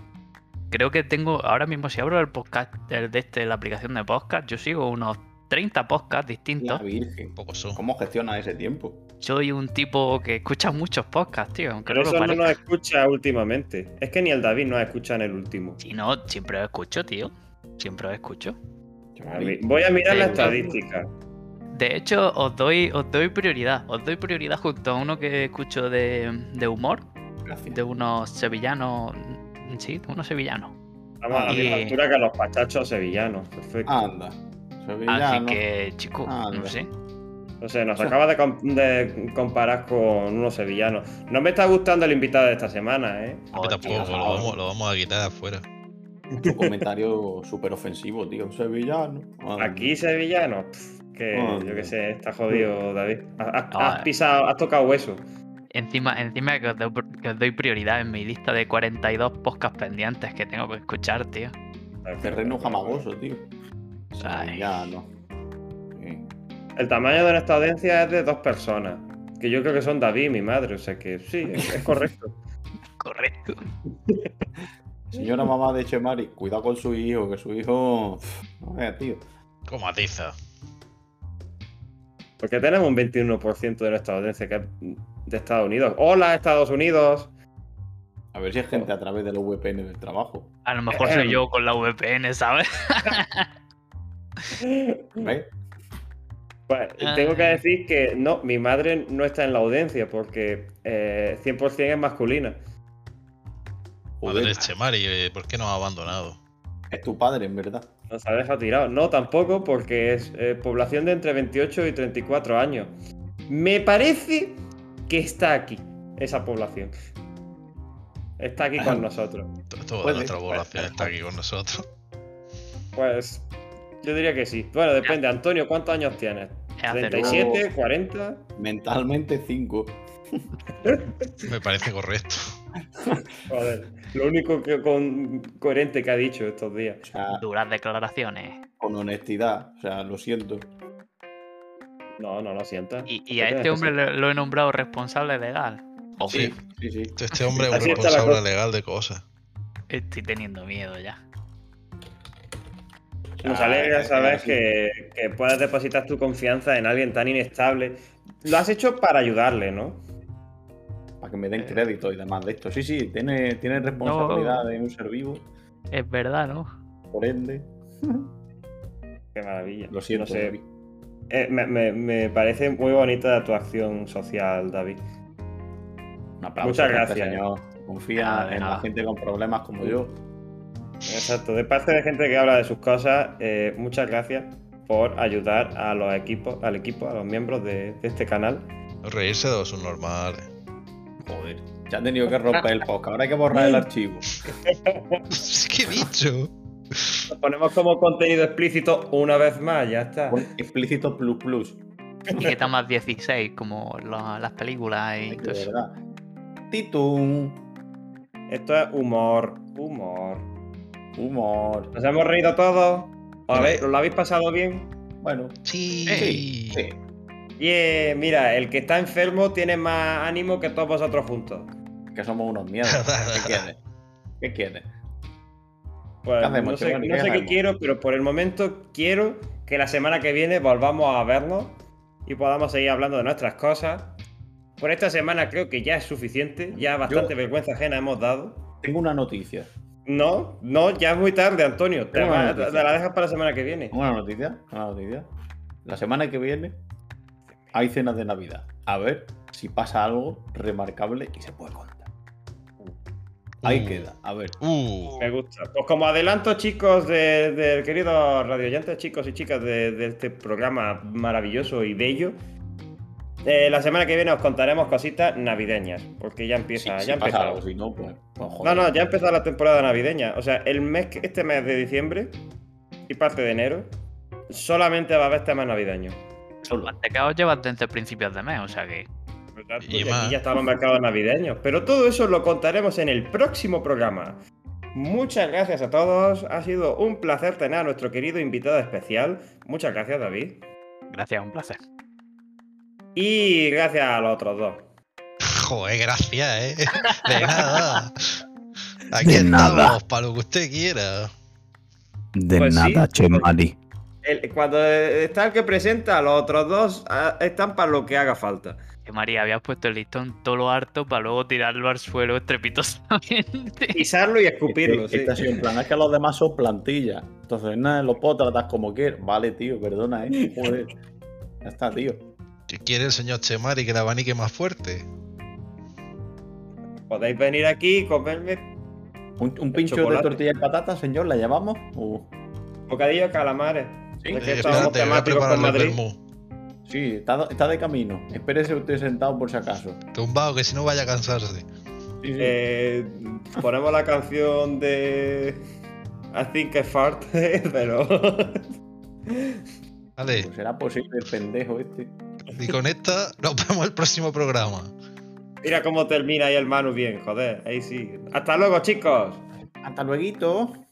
Speaker 4: creo que tengo. Ahora mismo, si abro el podcast el de este, la aplicación de podcast, yo sigo unos 30 podcasts
Speaker 3: La
Speaker 4: distintos.
Speaker 3: Virgen.
Speaker 2: Poco son.
Speaker 3: ¿Cómo gestiona ese tiempo?
Speaker 4: Soy un tipo que escucha muchos podcasts, tío. Aunque
Speaker 1: Pero
Speaker 4: no lo
Speaker 1: eso no
Speaker 4: parezca.
Speaker 1: nos escucha últimamente. Es que ni el David nos escucha en el último.
Speaker 4: Si no, siempre os escucho, tío. Siempre os escucho.
Speaker 1: David, Voy a mirar la
Speaker 2: Venga.
Speaker 1: estadística.
Speaker 4: De hecho, os doy, os doy prioridad. Os doy prioridad junto a uno que escucho de, de humor,
Speaker 3: Gracias.
Speaker 4: de unos sevillanos. Sí, de unos sevillanos.
Speaker 1: Estamos a la
Speaker 4: Y-
Speaker 1: misma altura que los pachachos sevillanos. Perfecto.
Speaker 3: Anda.
Speaker 4: Así
Speaker 3: sevillano.
Speaker 4: que, chicos,
Speaker 3: Ah,
Speaker 4: no
Speaker 3: anda.
Speaker 4: sé.
Speaker 1: No sé, nos acaba de, com- de comparar con unos sevillanos. No me está gustando el invitado de esta semana, ¿eh?
Speaker 2: A mí
Speaker 4: Joder, tío.
Speaker 2: tampoco, lo
Speaker 3: favor.
Speaker 2: vamos, lo vamos a quitar afuera.
Speaker 3: Tu comentario [laughs] súper ofensivo, tío. Sevillano. Anda.
Speaker 1: Aquí sevillanos. pf, que
Speaker 3: Anda.
Speaker 1: yo qué sé, está jodido, David. Has, has-
Speaker 4: Ah,
Speaker 1: has
Speaker 4: eh.
Speaker 1: pisado, has tocado hueso.
Speaker 4: Encima, encima que os, doy, pr- que os doy prioridad en mi lista de 42 podcasts pendientes que tengo que escuchar, tío.
Speaker 3: Terreno jamagoso, tío.
Speaker 4: Ay.
Speaker 3: Sevillano. Sí.
Speaker 1: El tamaño de nuestra audiencia es de dos personas. Que yo creo que son David y mi madre. O sea que sí, es es correcto.
Speaker 4: Correcto.
Speaker 3: Señora mamá de Chemari, cuidado con su hijo, que su hijo. No vea, tío.
Speaker 2: Como atiza.
Speaker 1: Porque tenemos un 21% de nuestra audiencia que es de Estados Unidos. ¡Hola, Estados Unidos!
Speaker 3: A ver si es
Speaker 1: Oh.
Speaker 3: gente a través de los VPN del trabajo.
Speaker 4: A lo mejor soy yo con la VPN, ¿sabes?
Speaker 1: Mm.
Speaker 3: ¿Ves?
Speaker 1: Pues, tengo que decir que no, mi madre no está en la audiencia porque eh, 100% es masculina.
Speaker 3: Joder,
Speaker 2: Madre Chemari, eh, ¿por qué nos ha abandonado?
Speaker 3: es tu padre, en verdad.
Speaker 1: Nos ha dejado tirado. No, tampoco, porque es eh, población de entre 28 y 34 años. Me parece que está aquí, esa población. Está aquí con nosotros.
Speaker 2: To- Toda
Speaker 3: Puede,
Speaker 2: nuestra
Speaker 3: puede,
Speaker 2: población
Speaker 3: puede.
Speaker 2: está aquí con nosotros. [laughs]
Speaker 1: Pues yo diría que sí. Bueno, depende. Antonio, ¿cuántos años tienes?
Speaker 4: Es hacer un-
Speaker 1: 37,
Speaker 3: siete.
Speaker 1: 40.
Speaker 3: Mentalmente 5.
Speaker 2: Me parece correcto.
Speaker 1: Joder, lo único que con, coherente que ha dicho estos días.
Speaker 3: O sea,
Speaker 4: duras declaraciones.
Speaker 3: con honestidad. O sea, lo siento.
Speaker 1: No, no lo sientas.
Speaker 4: Y, y a este hombre le- lo he nombrado responsable legal. O
Speaker 3: Sí, sí, sí.
Speaker 2: Este hombre es un
Speaker 1: Así está la
Speaker 2: responsable
Speaker 1: cosa.
Speaker 2: legal de cosas.
Speaker 4: Estoy teniendo miedo ya.
Speaker 3: O sea,
Speaker 1: Nos
Speaker 4: Ah,
Speaker 1: alegra
Speaker 3: es
Speaker 1: saber
Speaker 3: así.
Speaker 1: que, que puedas depositar tu confianza en alguien tan inestable. Lo has hecho para ayudarle, ¿no?
Speaker 3: Para que me den crédito y demás de esto. Sí, sí, tiene, tiene responsabilidad de un ser vivo.
Speaker 4: Es verdad, ¿no?
Speaker 3: Por ende,
Speaker 1: Qué maravilla.
Speaker 3: lo siento.
Speaker 1: No sé,
Speaker 3: David.
Speaker 1: Eh, me, me- me parece muy bonita tu acción social, David.
Speaker 3: Un aplauso
Speaker 1: Muchas
Speaker 3: para este
Speaker 1: gracias.
Speaker 3: señor. Confía
Speaker 4: Nada, de
Speaker 3: en la
Speaker 4: nada.
Speaker 3: gente con problemas como yo.
Speaker 1: Exacto, de parte de gente que habla de sus cosas, eh, muchas gracias por ayudar a los equipos, al equipo, a los miembros de, de este canal.
Speaker 2: Reírse de los subnormales. [laughs]
Speaker 3: Joder. Ya han tenido que romper el podcast. Ahora hay que borrar el archivo.
Speaker 2: ¿Qué he dicho?
Speaker 1: Lo ponemos como contenido explícito una vez más, ya está.
Speaker 3: Pon explícito plus plus.
Speaker 4: Etiqueta más 16, como lo- las películas y
Speaker 3: De
Speaker 4: todo eso.
Speaker 3: verdad. Titum.
Speaker 1: Esto es humor, humor.
Speaker 3: Humor.
Speaker 1: Nos hemos reído todos. ¿Os habéis- ¿Lo habéis pasado bien?
Speaker 3: Bueno.
Speaker 2: Sí.
Speaker 3: Sí. sí.
Speaker 1: Yeah, mira, el que está enfermo tiene más ánimo que todos vosotros juntos.
Speaker 3: Que somos unos mierdas.
Speaker 1: [laughs]
Speaker 3: ¿Qué quieres? ¿Qué quieres?
Speaker 1: Pues,
Speaker 3: ¿Qué hacemos,
Speaker 1: no sé,
Speaker 3: Giovanni?
Speaker 1: no
Speaker 3: ¿Qué
Speaker 1: sé qué
Speaker 3: hacemos?
Speaker 1: quiero, pero por el momento quiero que la semana que viene volvamos a vernos y podamos seguir hablando de nuestras cosas. Por esta semana creo que ya es suficiente, ya bastante
Speaker 3: Yo-
Speaker 1: vergüenza ajena hemos dado.
Speaker 3: Tengo una noticia.
Speaker 1: No, no, ya es muy tarde, Antonio. Te,
Speaker 3: Tengo
Speaker 1: vas-
Speaker 3: una noticia.
Speaker 1: te la dejas para la semana que viene.
Speaker 3: Una noticia, una noticia. La semana que viene hay cenas de Navidad. A ver si pasa algo remarcable y se puede contar. Ahí
Speaker 1: Mm.
Speaker 2: Uh.
Speaker 3: queda. A ver.
Speaker 2: Uh,
Speaker 1: Me gusta. Pues como adelanto, chicos, de- del querido Radio Oyentes, chicos y chicas de, de este programa maravilloso y bello. eh, la semana que viene os contaremos cositas navideñas, porque ya
Speaker 3: Si,
Speaker 1: empieza,
Speaker 3: si
Speaker 1: ya
Speaker 3: pasa
Speaker 1: empieza.
Speaker 3: algo, si no, pues, pues
Speaker 1: No,
Speaker 3: joder.
Speaker 1: no, ya ha empezado la temporada navideña. O sea, el mes, que- este mes de diciembre y parte de enero, solamente va a haber temas navideños.
Speaker 4: Los mantecados Pues llevas desde principios de mes, o sea que.
Speaker 1: ¿Verdad?
Speaker 2: Y
Speaker 1: Y
Speaker 2: más.
Speaker 1: aquí ya están los mercados navideños. Pero todo eso lo contaremos en el próximo programa. Muchas gracias a todos. Ha sido un placer tener a nuestro querido invitado especial. Muchas gracias, David.
Speaker 4: Gracias, un placer.
Speaker 1: Y gracias a los otros dos.
Speaker 2: joder,
Speaker 1: [laughs]
Speaker 2: gracias, eh. De nada. Aquí
Speaker 5: De
Speaker 2: estamos,
Speaker 5: nada.
Speaker 2: para lo que usted quiera.
Speaker 5: De
Speaker 1: Pues sí,
Speaker 5: nada, Che
Speaker 1: pues-
Speaker 5: Mari.
Speaker 1: El- cuando eh, está el que presenta, los otros dos ah, están para lo que haga falta.
Speaker 4: Que María, habías puesto el listón todo lo harto para luego tirarlo al suelo estrepitosamente.
Speaker 1: Pisarlo y
Speaker 3: Este-
Speaker 1: escupirlo. sí.
Speaker 3: este ha sido en plan, es que los demás son plantillas. Entonces, nada, los puedo tratar como quieras. Vale, tío,
Speaker 1: [laughs]
Speaker 3: perdona, eh. Joder. Ya está, tío.
Speaker 2: ¿Qué quiere el señor Chemari que la abanique más fuerte?
Speaker 1: Podéis venir aquí y comerme
Speaker 3: Un, un pincho de
Speaker 1: chocolate.
Speaker 3: tortilla de patata, señor, ¿la llamamos? Uh,
Speaker 1: Bocadillo de calamares.
Speaker 3: Sí,
Speaker 1: Es que
Speaker 2: Eh,
Speaker 1: estábamos
Speaker 2: espérate, voy a
Speaker 1: temáticos con
Speaker 2: prepararle el
Speaker 1: Madrid.
Speaker 2: vermú.
Speaker 3: sí, está, está de camino. Espérese usted sentado por si acaso.
Speaker 2: Tumbado, que si no vaya a cansarse.
Speaker 3: Sí, sí.
Speaker 1: Eh, ponemos la canción de I think I fart, [laughs] pero
Speaker 2: Vale,
Speaker 3: Pues será posible el pendejo este.
Speaker 2: y con esta nos vemos el próximo programa.
Speaker 1: mira cómo termina ahí el Manu bien, joder, ahí sí. Hasta luego, chicos.
Speaker 3: Hasta luego.